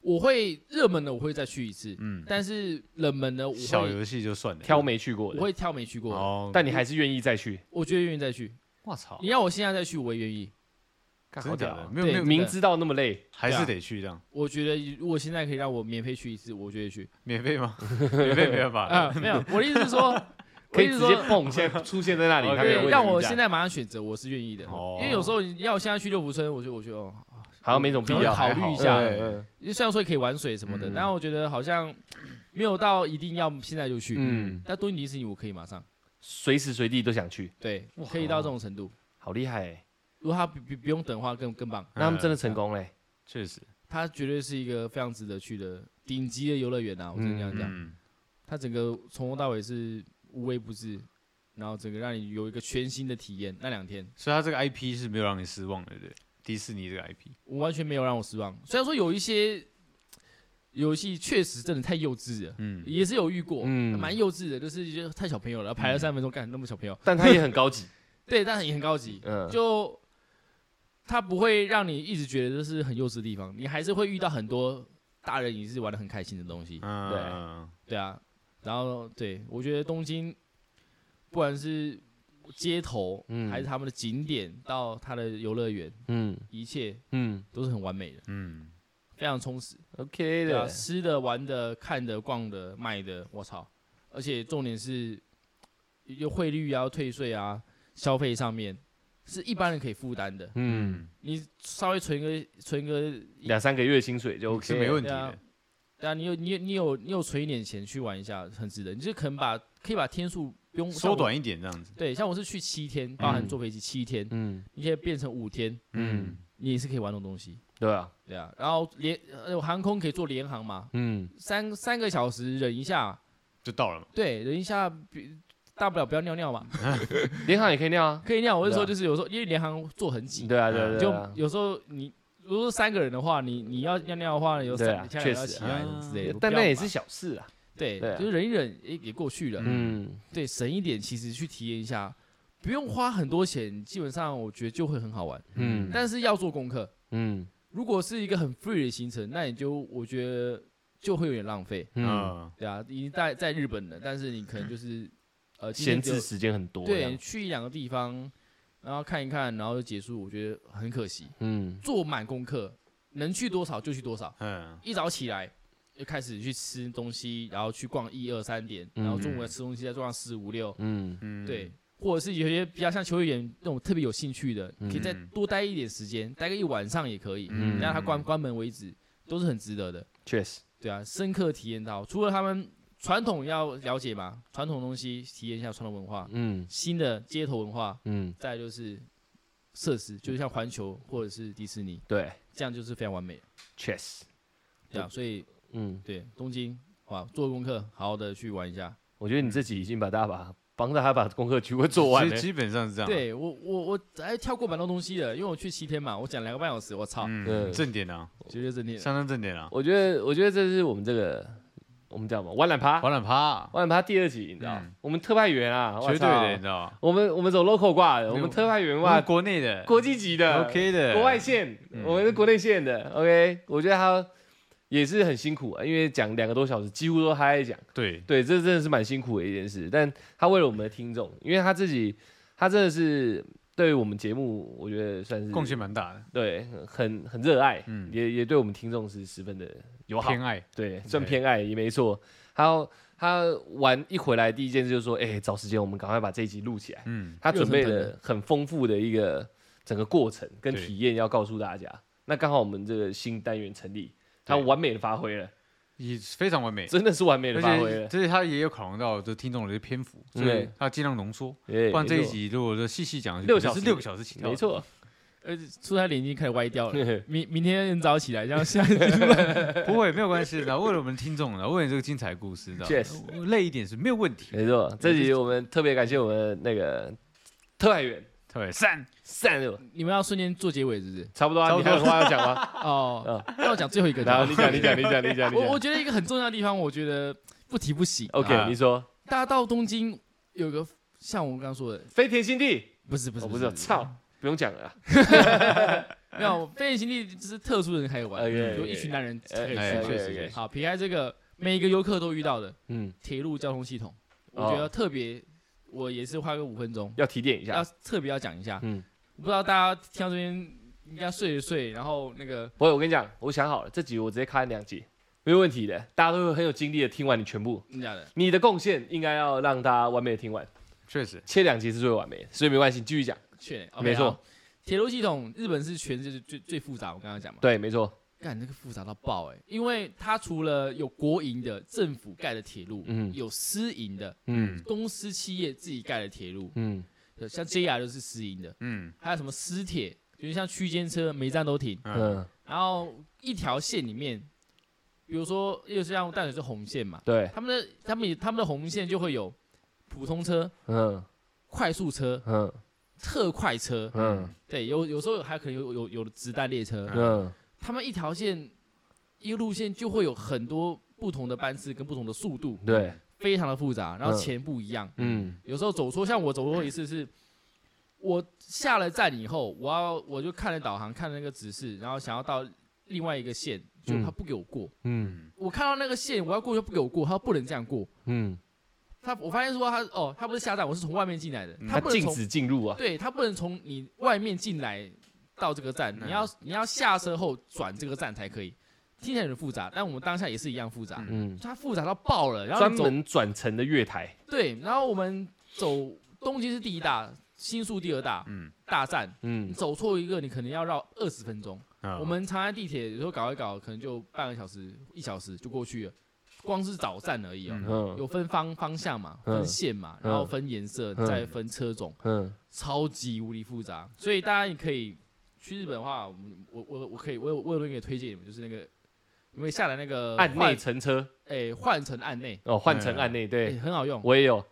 S1: 我会热门的我会再去一次，
S3: 嗯，
S1: 但是冷门的我
S3: 小
S1: 会
S3: 游戏就算了，
S2: 挑没去过
S1: 我
S2: 的，
S1: 会挑没去过的，
S3: 哦，
S2: 但你还是愿意再去，
S1: 我绝对愿意再去。
S3: 我操
S1: 你，要我现在再去，我也愿意。
S2: 干
S3: 真
S2: 好
S3: 的
S2: 屌
S3: 假的？
S2: 啊！
S3: 没有
S1: 对
S3: 没有，
S2: 明知道那么累，
S3: 还
S1: 对
S3: 是
S1: 啊
S3: 得去这样，
S1: 我觉得如果现在可以让我免费去一次，我就会去。
S3: 免费吗？免费没办
S1: 啊
S3: 法，，
S1: 没有，我的意思是 说，我
S2: 可
S1: 的
S2: 以
S1: 意思
S2: 直
S1: 是
S2: 接
S1: 说
S2: 蹦，现在出现在那里，
S3: OK，
S2: 他没有问
S1: 对，
S2: 题
S1: 让我
S2: 这样
S1: 现在马上选择，我是愿意的。
S3: 哦
S1: 因为有时候你要我现在去六福村，我就我觉得哦，
S2: 好像没什么
S1: 可
S2: 必
S1: 能
S2: 要，
S1: 考虑一下
S2: 还好嗯
S1: 虽然说可以玩水什么的，
S2: 嗯
S1: 但我觉得好像没有到一定要现在就去。
S2: 嗯嗯，
S1: 但东京迪士尼我可以马上，
S2: 随时随地都想去，
S1: 对
S3: 哇，
S1: 可以到这种程度。
S2: 好厉害欸！
S1: 如果他不不不用等的话，更更棒。
S2: 那他们真的成功嘞，
S3: 确实，
S1: 它绝对是一个非常值得去的顶级的游乐园啊！我只能这样讲，
S3: 嗯，
S1: 它整个从头到尾是无微不至，然后整个让你有一个全新的体验。那两天
S3: 所以它这个 IP 是没有让你失望的，对不对？迪士尼这个 IP，
S1: 我完全没有让我失望，虽然说有一些游戏确实真的太幼稚了，
S3: 嗯，
S1: 也是有遇过，
S2: 嗯
S1: 蛮幼稚的，就是觉得太小朋友了，排了三分钟，干那么小朋友，
S2: 但他也很高级，
S1: 对，但也很高级，
S2: 嗯，
S1: 就它不会让你一直觉得这是很幼稚的地方，你还是会遇到很多大人也是玩的很开心的东西，
S2: 对
S3: 嗯，
S1: 对啊，然后对我觉得东京，不管是街头、
S2: 嗯
S1: 还是他们的景点到它的游乐园，
S2: 嗯
S1: 一切
S2: 嗯
S1: 都是很完美的，
S3: 嗯，
S1: 非常充实。
S2: ，OK
S1: 对啊，
S2: 的，
S1: 吃的、玩的、看的、逛的、卖的，我操！而且重点是，有汇率啊、退税啊、消费上面是一般人可以负担的。
S2: 嗯，
S3: 嗯，
S1: 你稍微存个存个一，
S2: 两三个月薪水就 OK，
S3: 是没问题
S1: 对
S3: 的
S1: 啊，对啊，你有你有你有你有存一点钱去玩一下，很值得。你就可能把可以把天数不
S2: 啊
S1: 用
S3: 缩。短一点这样子
S1: 像，我对，像我是去七天，包含坐飞机七天，
S2: 嗯
S1: 你可以变成五天，
S2: 嗯
S3: 嗯，，
S1: 你也是可以玩这种东西。
S2: 对啊，
S1: 对啊，然后联呃航空可以做联航嘛，
S2: 嗯，
S1: 三三个小时忍一下，
S3: 就到了嘛，
S1: 对，忍一下，比大不了不要尿尿嘛，
S2: 联航也可以尿啊，
S1: 可以尿。我是
S2: 对啊
S1: 说，就是有时候因为联航坐很挤，
S2: 对啊对啊对
S1: 就
S2: 啊，
S1: 有时候你如果是三个人的话，你你要尿尿的话，有
S2: 对啊
S1: 三前两个
S2: 确
S1: 要
S2: 实
S1: 起来什么之类的，
S2: 但
S1: 不要
S2: 那也
S1: 嘛
S2: 是小事啊，
S1: 对
S2: 对啊，
S1: 就是忍一忍也也过去了。
S2: 嗯，
S1: 对，省一点，其实去体验一下，不用花很多钱，基本上我觉得就会很好玩。
S2: 嗯
S1: 但是要做功课，
S2: 嗯
S1: 如果是一个很 free 的行程，那你就我觉得就会有点浪费。
S2: 嗯，
S3: 嗯，
S1: 对啊，已经在在日本了，但是你可能就是呃，今天
S2: 闲
S1: 只有
S2: 置时间很多，
S1: 对，，去一两个地方，然后看一看，然后就结束，我觉得很可惜。
S2: 嗯
S1: 做满功课，能去多少就去多少。
S3: 嗯，
S1: 一早起来就开始去吃东西，然后去逛一二三点，然后中午
S3: 嗯
S1: 再吃东西，再逛四五六，
S2: 嗯
S3: 嗯，
S1: 对。或者是有些比较像球员那种特别有兴趣的，可以再
S3: 嗯
S1: 多待一点时间，待个一晚上也可以，
S2: 嗯
S1: 让他关关门为止，都是很值得的。
S2: 确实，
S1: 对啊，深刻体验到，除了他们传统要了解嘛，传统东西体验一下传统文化，
S2: 嗯
S1: 新的街头文化，
S2: 嗯，
S1: 再来就是设施，就是像环球或者是迪士尼，
S2: 对，
S1: 这样就是非常完美，
S2: 确实，
S1: 对啊，所以
S2: 嗯，
S1: 对东京，哇，做功课，好好的去玩一下。
S2: 我觉得你自己已经把大家把帮大家把功课全部做完
S3: 其
S2: 了
S3: 实，基本上是这样，，啊
S1: 对我，我我还跳过蛮多东西的，因为我去七天嘛，我讲两个半小时，我操，
S3: 嗯，
S2: 对
S3: 正点啊，
S1: 绝对正点。
S3: 相当正点啊，
S2: 我觉得，我觉得这是我们这个我们叫什么晚懒趴，
S3: 玩懒趴，
S2: 晚懒趴第二集，你知道
S3: 嗯，
S2: 我们特派员啊，
S3: 啊绝对的，你
S2: 的，
S3: 知道吗？
S2: 我们我们走 local 挂的，
S3: 有
S2: 我们特派员
S3: 哇，
S2: 哇，
S3: 国内的
S2: 国际级的
S3: ，OK 的，
S2: 国外线，
S3: 嗯
S2: 我们是国内线的，OK，我觉得他也是很辛苦啊，因为讲两个多小时，几乎都他在讲。
S3: 对，
S2: 对，这真的是蛮辛苦的一件事。但他为了我们的听众，因为他自己，他真的是对我们节目，我觉得算是
S3: 贡献，蛮大的，
S2: 对，很很热爱，
S3: 嗯
S2: 也也对我们听众是十分的友好，
S3: 偏爱，
S2: 对，算偏爱也没错。他他玩一回来，第一件事就是说，哎、找时间我们赶快把这一集录起来。
S3: 嗯，
S2: 他准备
S1: 热腾腾
S2: 了很丰富的一个整个过程跟
S3: 对
S2: 体验要告诉大家。那刚好我们这个新单元成立，他
S3: 对
S2: 完美的发挥了，
S3: 也非常完美，
S2: 真的是完美的
S3: 而
S2: 发挥
S3: 且
S2: 了。
S3: 这是他也有考量到这听众的篇幅，所以
S2: 对
S3: 他尽量浓缩。
S2: 对
S3: 不然这
S2: 哎没
S3: 一
S2: 错
S3: 集如果说细细讲，
S2: 六
S3: 可能
S2: 小时
S3: 是六个小时起跳，
S2: 没，错，
S1: 呃，出差脸已经开始歪掉了。
S2: 对
S1: 明明天很早起来，这样 下
S3: 不会没有关系的。为了我们听众，然后为了这个精彩故事，你
S2: 确
S3: 知
S2: 实
S3: 道吗累一点是没有问题。
S2: 没错。这集我们特别感谢我们那个特派员
S3: 对，三
S2: 散了，
S1: 你们要瞬间做结尾是不是？
S2: 差不多啊，
S3: 差不
S2: 你
S3: 多
S2: 还有话要讲 吗？
S1: 哦，那我讲最后一个就
S2: 然
S1: 好。
S2: 啊后你讲，你讲，你讲，你讲，你
S1: 我我
S2: 讲。
S1: 觉得一个很重要的地方，我觉得不提不行。
S2: OK，
S3: 哦啊
S2: 你说
S1: 大家到东京有个像我刚刚说的，
S2: 飞田新地，哦
S1: 不是不是
S2: 我不知道，操，不用讲了啊。
S1: 没有，飞行地就是特殊人才玩，
S2: OK，
S1: 就一群男人才可以去
S3: 哎确
S1: 玩。
S3: 实确
S2: 实
S1: 好，撇开这个，每一个游客都遇到的
S2: 嗯，
S1: 铁路交通系统，我
S2: 哦
S1: 觉得特别，我也是花个五分钟，
S2: 要提点一
S1: 要
S2: 下。
S1: 特别要讲一
S3: 啊
S1: 下。
S2: 嗯，
S1: 不知道大家听到这边应该睡一睡，然后那个
S2: 不会，我跟你讲，我想好了，这集我直接开两集，没有问题的，大家都会很有精力的听完你全部。
S1: 真假的，
S2: 你的贡献应该要让大家完美的听完，
S3: 确实，
S2: 切两集是最完美的，所以没关系，你继续讲。
S1: 确认哦
S2: 没。错
S1: OK，好铁啊路系统，日本是全世界最最最复杂，我刚刚讲嘛，
S2: 对，没错。
S1: 干那个复杂到爆哎、因为它除了有国营的政府盖的铁路，
S2: 嗯
S1: 有私营的
S2: 嗯
S1: 公司企业自己盖的铁路，
S2: 嗯，
S1: 对像 JR 就是私营的，
S3: 嗯
S1: 还有什么私铁，就是像区间车，每站都停。
S3: 嗯，
S2: 嗯，
S1: 然后一条线里面，比如说，又是像淡水是红线嘛，
S2: 对，
S1: 他们的他们也他们的红线就会有普通车、
S2: 嗯
S1: 快速车、
S2: 嗯
S1: 特快车，
S2: 嗯
S1: 对，有有时候还可能有有有的子弹列车，
S2: 嗯，
S1: 他们一条线一个路线就会有很多不同的班次跟不同的速度，
S2: 对，
S1: 非常的复杂，然后
S2: 嗯
S1: 钱不一样，
S2: 嗯。
S1: 有时候走错，像我走错一次是，我下了站以后，我要我就看了导航，看了那个指示，然后想要到另外一个线，就
S2: 嗯
S1: 他不给我过。
S2: 嗯
S1: 我看到那个线，我要过去，他不给我过，他不能这样过。
S2: 嗯，
S1: 他我发现说他哦，他不是下站，我是从外面进来的，
S3: 嗯
S1: 他
S2: 他
S1: 不能
S2: 禁
S1: 从
S2: 止进入啊。
S1: 对他不能从你外面进来到这个站，
S3: 嗯
S1: 你要你要下车后转这个站才可以。听起来很复杂，但我们当下也是一样复杂，
S3: 嗯
S2: 嗯，
S1: 它复杂到爆了。然后
S2: 专
S1: 你走
S2: 门转乘的月台。
S1: 对，然后我们走东京是第一大，新宿第二大，
S3: 嗯
S1: 大站，你
S2: 嗯
S1: 走错一个，你可能要绕二十分钟。
S3: 嗯
S1: 我们长安地铁有时候搞一搞，可能就半个小时、一小时就过去了，光是早站而已哦。
S3: 嗯
S2: 嗯
S1: 有分方方向嘛，分
S2: 嗯
S1: 线嘛，
S2: 嗯
S1: 然后分颜色，
S2: 嗯
S1: 再分车种，
S2: 嗯，
S1: 超级无敌复杂。所以大家也可以去日本的话，我们我我我可以我有我有人给推荐你们，就是那个你们下来那个
S2: 按内
S1: 换
S2: 乘车
S1: 哎呃换成按内，
S2: 哦，换乘按内，
S1: 哎
S2: 对
S1: 很好用，
S2: 我也有。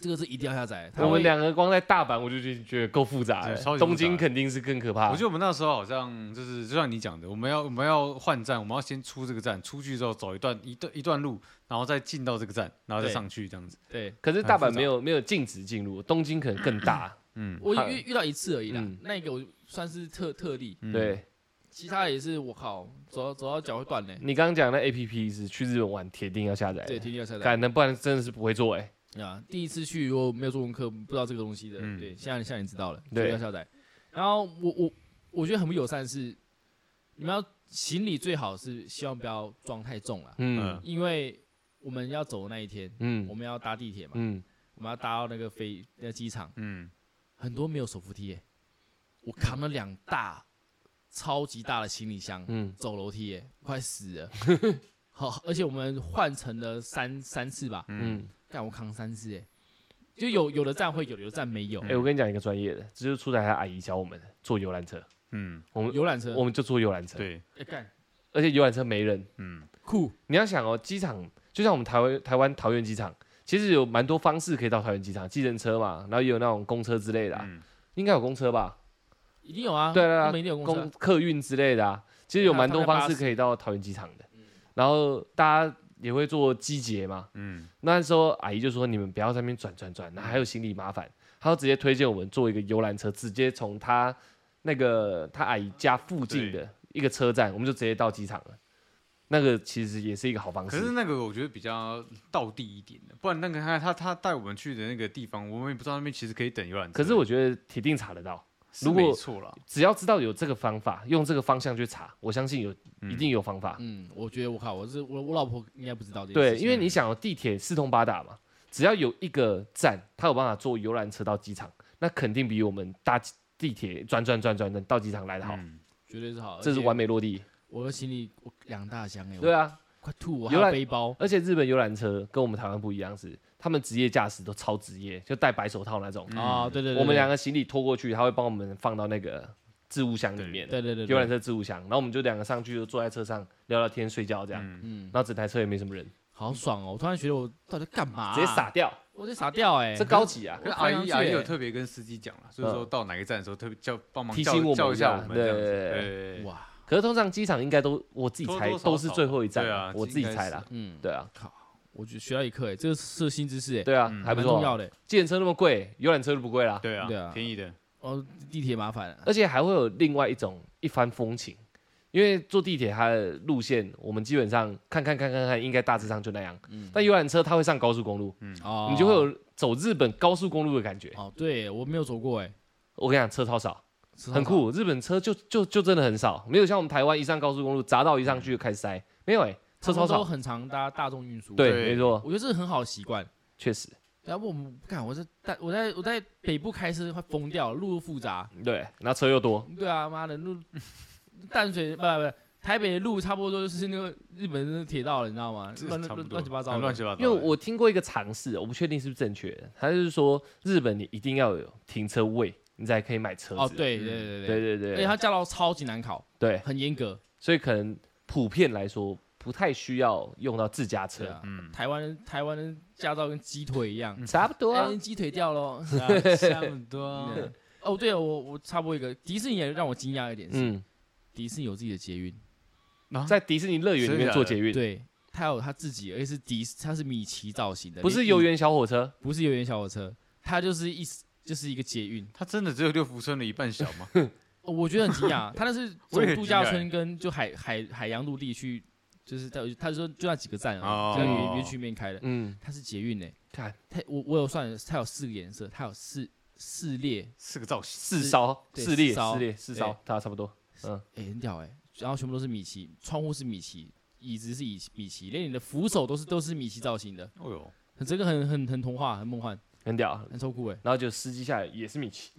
S1: 这个是一定要下载。它
S2: 我们
S1: 会
S2: 两个光在大阪，我就觉得觉得够复杂
S3: 对
S2: 了
S3: 超级复。杂
S2: 东京肯定是更可怕。
S3: 我觉得我们那时候好像就是，就像你讲的，我们要我们要换站，我们要先出这个站，出去之后走一段一段一段路，然后再进到这个站，然后再
S1: 对
S3: 上去这样子。
S1: 对
S2: 可是大阪
S3: 很复杂
S2: 没有没有禁止进入，东京可能更大。
S3: 嗯，
S1: 我
S2: 还
S1: 遇遇到一次而已啦，
S2: 嗯
S1: 那个我算是特特例，
S3: 嗯，
S2: 对
S1: 其他也是我靠，走到走到脚会断嘞、
S2: 你刚刚讲的 A P P 是去日本玩铁定要下载的，
S1: 对，停掉下载
S2: 干，那不然真的是不会做哎。
S1: 啊！第一次去如果没有做功课，不知道这个东西的，
S3: 嗯
S1: 对，现在现在你知道了，
S2: 对
S1: 对，要下载。然后我我我觉得很不友善是，你们要行李最好是希望不要装太重了，
S2: 嗯
S1: 因为我们要走的那一天，我
S2: 嗯
S1: 们要搭地铁嘛，
S2: 嗯，
S1: 我们要搭到那个飞那个机场，
S3: 嗯，
S1: 很多没有手扶梯、耶，我扛了两大超级大的行李箱，
S2: 嗯
S1: 走楼梯耶，快死 了。好，而且我们换乘了三三次吧，
S2: 嗯。
S1: 干我扛三次耶，就有有的站会有，有的站没有。
S2: 哎，我跟你讲一个专业的，这就是出来阿姨教我们的，坐游览车，
S3: 嗯，
S2: 我们
S1: 游览车，
S2: 我们就坐游览车，
S3: 对，
S1: 哎干
S2: 而且游览车没人。
S3: 嗯，
S1: 酷，
S2: 你要想哦，机场就像我们台湾台湾桃园机场，其实有蛮多方式可以到桃园机场，计程车嘛，然后也有那种公车之类的啊、
S3: 嗯
S2: 应该有公车吧，
S1: 一定有啊，
S2: 对啊
S1: 他们一定有公车
S2: 公
S1: 啊，嗯
S2: 客运之类的啊，其实有蛮多方式可以到桃园机场的。然后大家也会做机捷嘛，
S3: 嗯，
S2: 那时候阿姨就说：“你们不要在那边转转转，那还有行李麻烦。”她就直接推荐我们坐一个游览车，直接从她那个她阿姨家附近的一个车站，我们就直接到机场了。那个其实也是一个好方
S3: 可是
S2: 式。
S3: 那个我觉得比较道地一点的，不然那个他他他带我们去的那个地方，我们也不知道那边其实可以等游览车。
S2: 可是我觉得铁定查得到，
S3: 是
S2: 如果
S3: 没错了，
S2: 只要知道有这个方法，用这个方向去查，我相信有
S3: 嗯
S2: 一定有方法。
S1: 嗯，我觉得我靠，我是我我老婆应该不知道这件
S2: 对，
S1: 事情
S2: 因为你想哦，地铁四通八达嘛，只要有一个站，它有办法坐游览车到机场，那肯定比我们搭地铁转转转转转到机场来的好。
S3: 嗯
S1: 绝对是好，
S2: 这是完。美落地。
S1: 我的行李我两大箱哎，
S2: 对
S1: 啊，
S2: 啊，
S1: 快吐，我还
S2: 有
S1: 有
S2: 啦
S1: 背包，
S2: 而且日本游览车跟我们台湾不一样是，他们职业驾驶都超职业，就戴白手套那种。
S3: 嗯
S1: 啊，对对对，
S2: 我们两
S1: 个，
S2: 个行李拖过去，他会帮我们放到那个置物箱里面，
S1: 对对对，对
S2: 游览，车置物箱。然后我们就两个上去，就坐在车上聊聊天、睡觉这样。
S3: 嗯，
S1: 嗯，
S2: 然后整台车也没什么人，
S1: 好爽哦！我突然觉得我到底在干嘛啊？
S2: 直接傻掉，
S1: 我得傻掉哎，
S2: 这高级啊！
S3: 可是
S1: 我
S3: 阿
S1: 翻上
S3: 姨
S1: 去
S3: 阿姨
S1: 欸
S3: 有特别跟司机讲了，就是说到哪个站的时候特别叫帮忙
S2: 嗯提
S3: 叫
S2: 醒我们
S3: 叫一下
S2: 一下
S3: 我们这样子。
S2: 对
S3: 对
S2: 对对
S3: 对对，
S1: 哇，
S2: 可是通常机场应该都我自己
S3: 多
S2: 猜
S3: 多少
S2: 都是最后一站
S3: 少对啊
S2: 我自己猜啦。
S1: 嗯，
S2: 对啊，
S1: 我觉得学到一课哎，这个是新知识哎，
S2: 对啊，
S3: 嗯
S2: 还不
S1: 蛮重要
S2: 错。
S1: 的哎。
S2: 计程车那么贵，游览车就不贵啦。
S3: 对啊，
S1: 对啊
S3: 便宜的，
S1: 哦，地铁麻烦了，
S2: 而且还会有另外一种一番风情，因为坐地铁它的路线，我们基本上看看看看看，应该大致上就那样。
S1: 嗯
S2: 但游览车它会上高速公路，
S1: 哦，
S2: 嗯你就会有走日本高速公路的感觉。
S1: 哦，对我没有走过哎，
S2: 我跟你讲，车超少，
S1: 吃
S2: 很
S1: 烧烤，
S2: 酷。日本车就就就真的很少，没有像我们台湾一上高速公路匝道一上去就开始塞，没有哎、
S1: 他
S2: 车超
S1: 们都
S2: 少。
S1: 很常搭大众运输，
S2: 对，
S3: 对
S2: 没错，
S1: 我觉得这是很好的习惯。
S2: 确实，
S1: 要不我们看，我在大我在我在北部开车快疯掉了，路又复杂。
S2: 对，然后车又多，
S1: 对啊，妈的路，淡水不不台北的路差不多就是那个日本的铁道了，你知道吗？
S3: 这
S1: 乱
S3: 差不
S1: 乱
S3: 多
S1: 乱七八糟
S3: 乱
S1: 的。
S3: 七八糟的。
S2: 因为我听过一个尝试，我不确定是不是正确的，他就是说日本你一定要有停车位，你才可以买车子。
S1: 哦，对对对对
S2: 对对
S1: 而
S2: 对
S1: 且它驾照超级难考，
S2: 对，
S1: 很严格。
S2: 所以可能普遍来说不太需要用到自家车，
S1: 对啊，
S3: 嗯
S1: 台湾人台湾的驾照跟鸡腿一样，
S2: 差不多
S1: 哎
S2: 啊。
S1: 鸡腿掉 喽。
S3: 啊差不多
S1: 嗯 哦，对了，我我插播一个，迪士尼也让我惊讶一点，是
S2: 嗯，
S1: 迪士尼有自己的捷运，
S3: 啊
S2: 在迪士尼乐园里面做捷运，
S1: 对，它有它自己，而且是迪，它是米奇造型的，
S2: 不是游
S1: 园，
S2: 园小火车，
S1: 不是游园小火车，它就是一就是一个捷运，
S3: 它真的只有六福村的一半小 吗？
S1: 哦我觉得很惊 讶，他那是走
S3: 我也很
S1: 度假
S3: 惊讶
S1: 村跟就海海海洋陆地区，就是他他说就那几个站
S3: 哦
S1: 啊，在园园区里面开的，
S2: 嗯，
S1: 它是捷运呢。
S2: 看
S1: 它我我有算，它有四个颜色，它有四四列，
S3: 是个造型，
S2: 四烧、
S1: 对
S2: 四列、
S1: 四烧
S2: 四列、四烧
S1: 对，
S2: 它差不多。嗯，
S1: 哎，很屌哎，然后全部都是米奇，窗户是米奇，椅子是米米奇，连你的扶手都是都是米奇造型的，
S3: 哦哟，
S1: 很这个很很很童话，很梦幻，
S2: 很屌。
S1: 很超酷哎，
S2: 然后就司机下来也是米奇，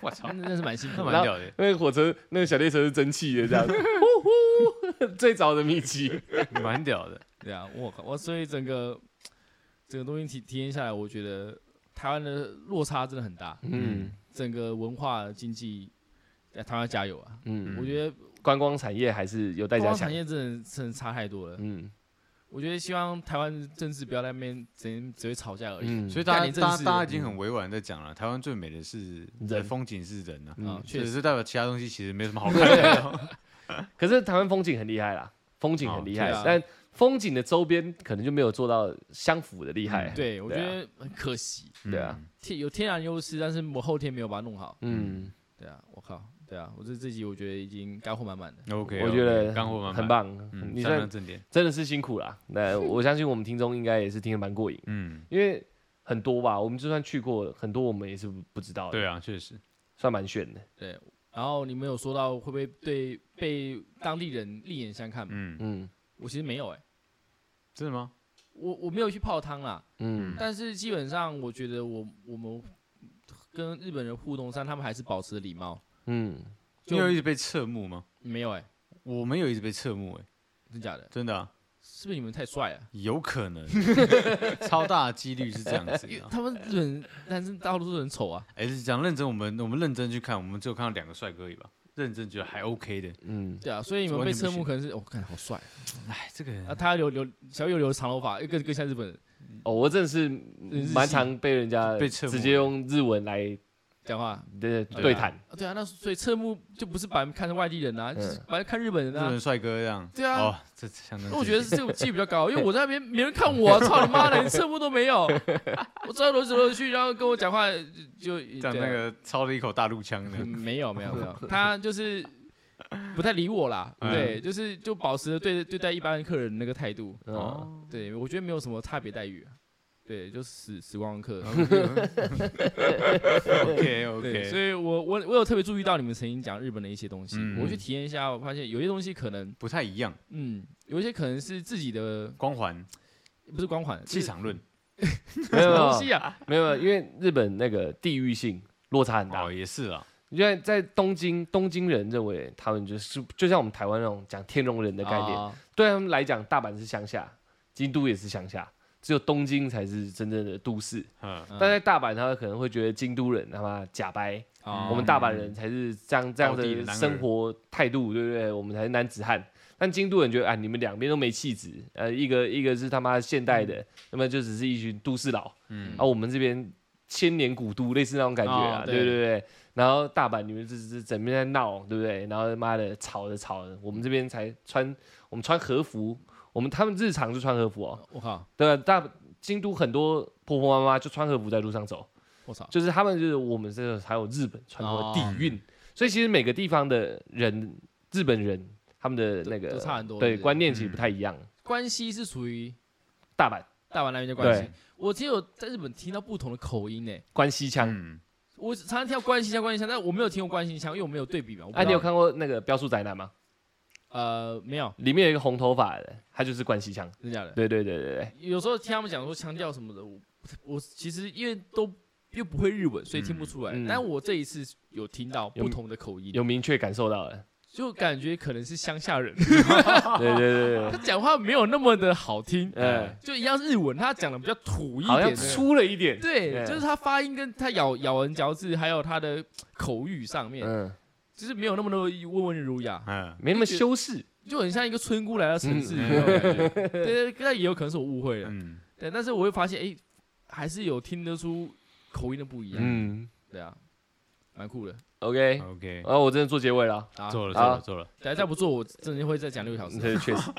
S3: 我操
S1: 那，那是蛮兴
S3: 那
S1: 奋的。
S3: 蛮屌的。
S2: 那个火车那个小列车是蒸汽的这 样，呼呼， 最早的米奇。
S3: 蛮屌的，
S1: 对啊，我靠，我所以整个整个东西体体验下来，我觉得台湾的落差真的很大，
S2: 嗯
S1: 整个文化经济，呃台湾加油啊！
S2: 嗯，
S1: 我觉得
S2: 观光产业还是有待
S1: 观
S2: 加
S1: 光
S2: 强
S1: 产。业真的真的差太多了。
S2: 嗯
S1: 我觉得希望台湾政治不要在那边只只会吵架而已。
S2: 嗯，
S3: 所以
S1: 干
S3: 大
S1: 你
S3: 家
S1: 真
S3: 大
S1: 是
S3: 家大家已经很委婉在讲了，台湾最美的是呃
S2: 人
S3: 风景是人啊，
S2: 嗯
S1: 啊，确
S3: 确
S1: 实
S3: 实是代表其他东西其实没什么好看的。
S2: 啊可是台湾风景很厉害啦，风景很厉
S1: 哦
S2: 害，
S1: 对啊
S2: 但风景的周边可能就没有做到相符的厉害。
S1: 对，我觉
S2: 对啊
S1: 得很可惜，
S2: 对啊
S3: 嗯，
S1: 天有天然优势，但是我后天没有把它弄好。
S2: 嗯，
S1: 对啊，我靠，对啊，我这这集我觉得已经干货满满的。
S3: OK，
S2: 我觉得
S3: 干货满满
S2: 很，棒，
S3: 嗯，
S2: 你
S3: 相
S2: 算
S3: 当正点，
S2: 真的是辛苦啦。那我相信我们听众应该也是听得蛮过瘾，
S3: 嗯，
S2: 因为很多吧，我们就算去过很多，我们也是不知道的，
S3: 对啊，确实，
S2: 算蛮炫的。
S1: 对，然后你们有说到会不会对被当地人另眼相看吗？
S3: 嗯，
S2: 嗯
S1: 我其实没有哎、
S3: 真的吗？
S1: 我我没有去泡汤啦，
S2: 嗯
S1: 但是基本上我觉得我我们跟日本人互动上，他们还是保持礼貌，
S2: 嗯，
S1: 就
S3: 你有一直被侧目吗？
S1: 没有哎、
S3: 我没有一直被侧目，哎，
S1: 真假的？
S3: 真的啊，
S1: 是不是你们太帅了？
S3: 有可能， 超大的几率是这样子啊的。
S1: 他们日本男生大多数都很丑啊，
S3: 哎，是讲认真，我们我们认真去看，我们只有看到两个帅哥而已吧，认真觉得还 OK 的。
S2: 嗯，
S1: 对啊，所以你们
S3: 完
S1: 被
S3: 全不
S1: 侧目
S3: 行
S1: 可能是我看、好帅啊
S3: 哎，这个人
S1: 啊，他留留小右留长头发，又更更像日本人，
S2: 哦，我真的是
S1: 日系
S2: 蛮常被人家
S3: 被侧目
S2: 直接用日文来
S1: 讲话。
S2: 对
S3: 对啊
S2: 对谈，
S1: 啊对啊，那所以侧目就不是把人看成外地人啊，就是把人看日本人
S3: 嗯日
S1: 啊
S3: 本。帅哥这样。
S1: 对啊
S3: 哦，这这相当。
S1: 那我觉得这个几率比较高，因为我在那边没人看我、啊操你妈的，连侧目都没有。 我走来走来走来去，然后跟我讲话就就
S3: 讲
S1: 对啊
S3: 那个操了一口大陆腔的
S1: 嗯，没有没有没有，他就是不太理我啦。
S3: 嗯
S1: 对，就是就保持着对对待一般客人那个态度。
S2: 哦，
S1: 对，我觉得没有什么差别待遇啊、对，就死死光光客。
S3: OK
S1: 对，所
S3: OK，
S1: 以我我我有特别注意到你们曾经讲日本的一些东西，
S3: 嗯
S1: 我去体验一下，我发现有些东西可能，
S3: 不太一样，
S1: 嗯，有一些可能是自己的，
S3: 光环
S1: 不是光环，
S3: 气场论
S1: 就
S2: 没
S1: 是什
S2: 有没
S1: 么
S2: 有
S1: 东西啊？
S2: 没有，没有因为日本那个地域性落差很大
S3: 哦，。也是啊，
S2: 因为在东京，东京人认为他们就是就像我们台湾那种讲天龙 人的概念，
S1: 啊
S2: 对他们来讲，大阪是乡下，京都也是乡下，只有东京才是真正的都市。
S3: 嗯，
S1: 嗯
S2: 但在大阪，他们可能会觉得京都人他妈假掰，
S1: 啊
S2: 我们大阪人才是这样这样
S3: 哦道地的
S2: 的
S3: 男儿
S2: 生活态度，对不对？我们才是男子汉。但京都人觉得啊，你们两边都没气质，呃，一个一个是他妈现代的，那么就只是一群都市佬，
S3: 嗯
S2: 嗯，啊，我们这边千年古都类似那种感觉
S1: 哦
S2: 啊，对
S1: 对
S2: 对对。然后大阪你们这这整天在闹，对不对？然后妈的吵着吵着，我们这边才穿我们穿和服，我们他们日常就穿和服哦，
S1: 我靠，
S2: 对吧？大京都很多婆婆妈妈就穿和服在路上走，
S1: 我操，
S2: 就是他们就是我们这个还有日本传统的
S1: 哦
S2: 底蕴，所以其实每个地方的人，日本人他们的那
S1: 都
S2: 个
S1: 都差很多是
S2: 对
S1: 不是
S2: 观念其实不太一样。
S1: 关西是属于
S2: 大阪
S1: 大阪那边的关系
S2: 对，
S1: 我只有在日本听到不同的口音呢、
S2: 关西腔，
S3: 嗯，
S1: 我常常听到关西腔、关西腔，但我没有听过关西腔，因为我没有对比嘛。我不
S2: 哎、
S1: 知
S2: 你有
S1: 道？
S2: 看过那个《标速宅男》吗？
S1: 呃，没有，
S2: 里面有一个红头发的，他就是关西腔。
S1: 真的假的？
S2: 对对对对对，
S1: 有时候听他们讲说腔调什么的，我我其实因为都又不会日文，所以听不出来。
S2: 嗯嗯
S1: 但我这一次有听到
S2: 有
S1: 不同的口音，
S2: 有明确感受到的。
S1: 就感觉可能是乡下人，
S2: 对对对
S1: 他讲话没有那么的好听，
S2: 对，嗯，
S1: 就一样是日文，他讲的比较土一
S2: 好像
S1: 点的。
S2: 粗了一点。
S1: 对，
S2: 嗯
S1: 就是他发音跟他咬咬文嚼字，还有他的口语上面，
S2: 嗯，
S1: 就是没有那么多温文儒雅，
S3: 嗯，
S2: 没那么修饰。
S1: 就很像一个村姑来到城市
S2: 嗯
S1: 那 种感觉。对，但也有可能是我误会了。
S3: 嗯，
S1: 对，但是我会发现，哎，还是有听得出口音的不一样。
S2: 嗯
S1: 对啊，蛮酷的。
S2: ，OK，
S3: OK，
S2: 啊，我真的做结尾了。
S1: 啊，
S3: 做了做
S2: 好
S3: 了做了，
S1: 等下再不做，我真的会再讲六个小时。啊
S2: 这 确实，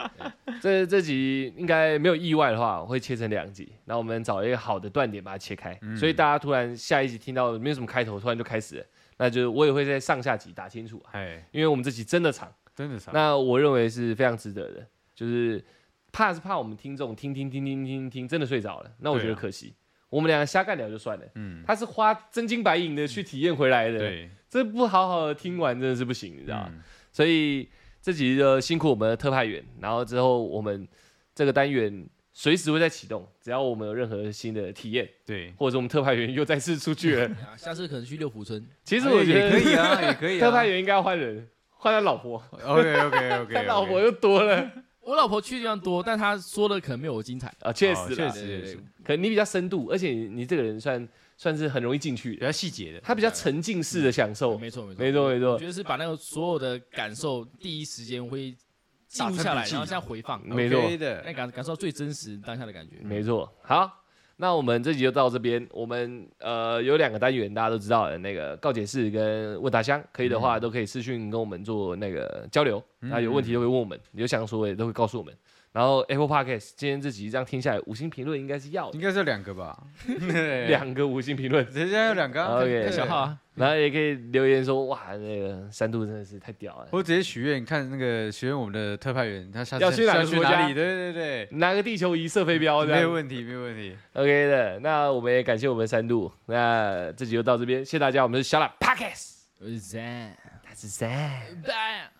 S2: 这这集应该没有意外的话，我会切成两集。那我们找一个好的断点把它切开，
S3: 嗯
S2: 所以大家突然下一集听到没有什么开头，突然就开始了，那就是我也会在上下集打清楚啊，
S3: 哎，
S2: 因为我们这集真的长，
S3: 真的是啊，
S2: 那我认为是非常值得的，就是怕是怕我们听众听听听听听听真的睡着了，那我觉得
S3: 对啊
S2: 可惜。我们两个瞎干聊就算了，
S3: 嗯，
S2: 他是花真金白银的去体验回来的，，
S3: 对，嗯
S2: 这不好好的听完真的是不行，你
S3: 你
S2: 知道吗？所以这集就辛苦我们的特派员，然后之后我们这个单元随时会再启动，只要我们有任何新的体验，
S3: 对，
S2: 或者是我们特派员又再次出去了。
S1: 啊下次可能去六福村，
S2: 其实我觉
S3: 嗯哎也可
S2: 得
S3: 以啊，也可以啊，
S2: 特派员应该要换人，换他老婆，
S3: ，OK OK OK，
S2: 他老婆又多了
S1: 我老婆去的地方多，但她说的可能没有我精彩。
S2: 啊，确实
S3: 哦确
S2: 啦
S3: 实，
S1: 对对对
S3: 是
S2: 可能你比较深度，而且你你这个人算算是很容易进去
S3: 比
S2: 的，
S3: 较细节的，
S2: 他比较沉浸式的享受，
S1: 没错没错
S2: 没错没
S3: 呃
S1: 我
S2: 错
S1: 觉得是把那个所有的感受第一时间会记录下
S3: 打成
S1: 来，
S3: 笔记嗯
S1: 然后像回放，
S2: 没错
S3: OK
S1: 那
S3: 的，
S1: 感感受到最真实当下的感觉。
S2: 没错，好，那我们这集就到这边。我们呃有两个单元，大家都知道的，那个告解室跟问答箱，可以的话都可以私讯跟我们做那个交流，那、有问题都会问我们，有想说也都会告诉我们。然后 Apple Podcast 今天这集这样听下来，五星评论应该是要的
S3: 应该是有两个吧， 两，
S2: 两个五星评论，
S3: 人家有两个啊
S2: OK
S1: 看小号，啊，
S2: 然后也可以留言说哇，那个三度真的是太屌了，
S3: 我直接许愿，看那个许愿我们的特派员，他下次
S2: 要去哪个
S3: 去
S2: 国
S3: 哪
S2: 家
S3: 里？对对
S2: 拿个地球仪射飞镖
S3: 对，
S2: 这
S3: 没有
S2: 样。
S3: 问题，没有问题。
S2: OK 的，那我们也感谢我们三度，那这集就到这边，谢谢大家，我们是小懒 Podcast，
S1: 赞
S2: 他是 Sam。
S1: 赞。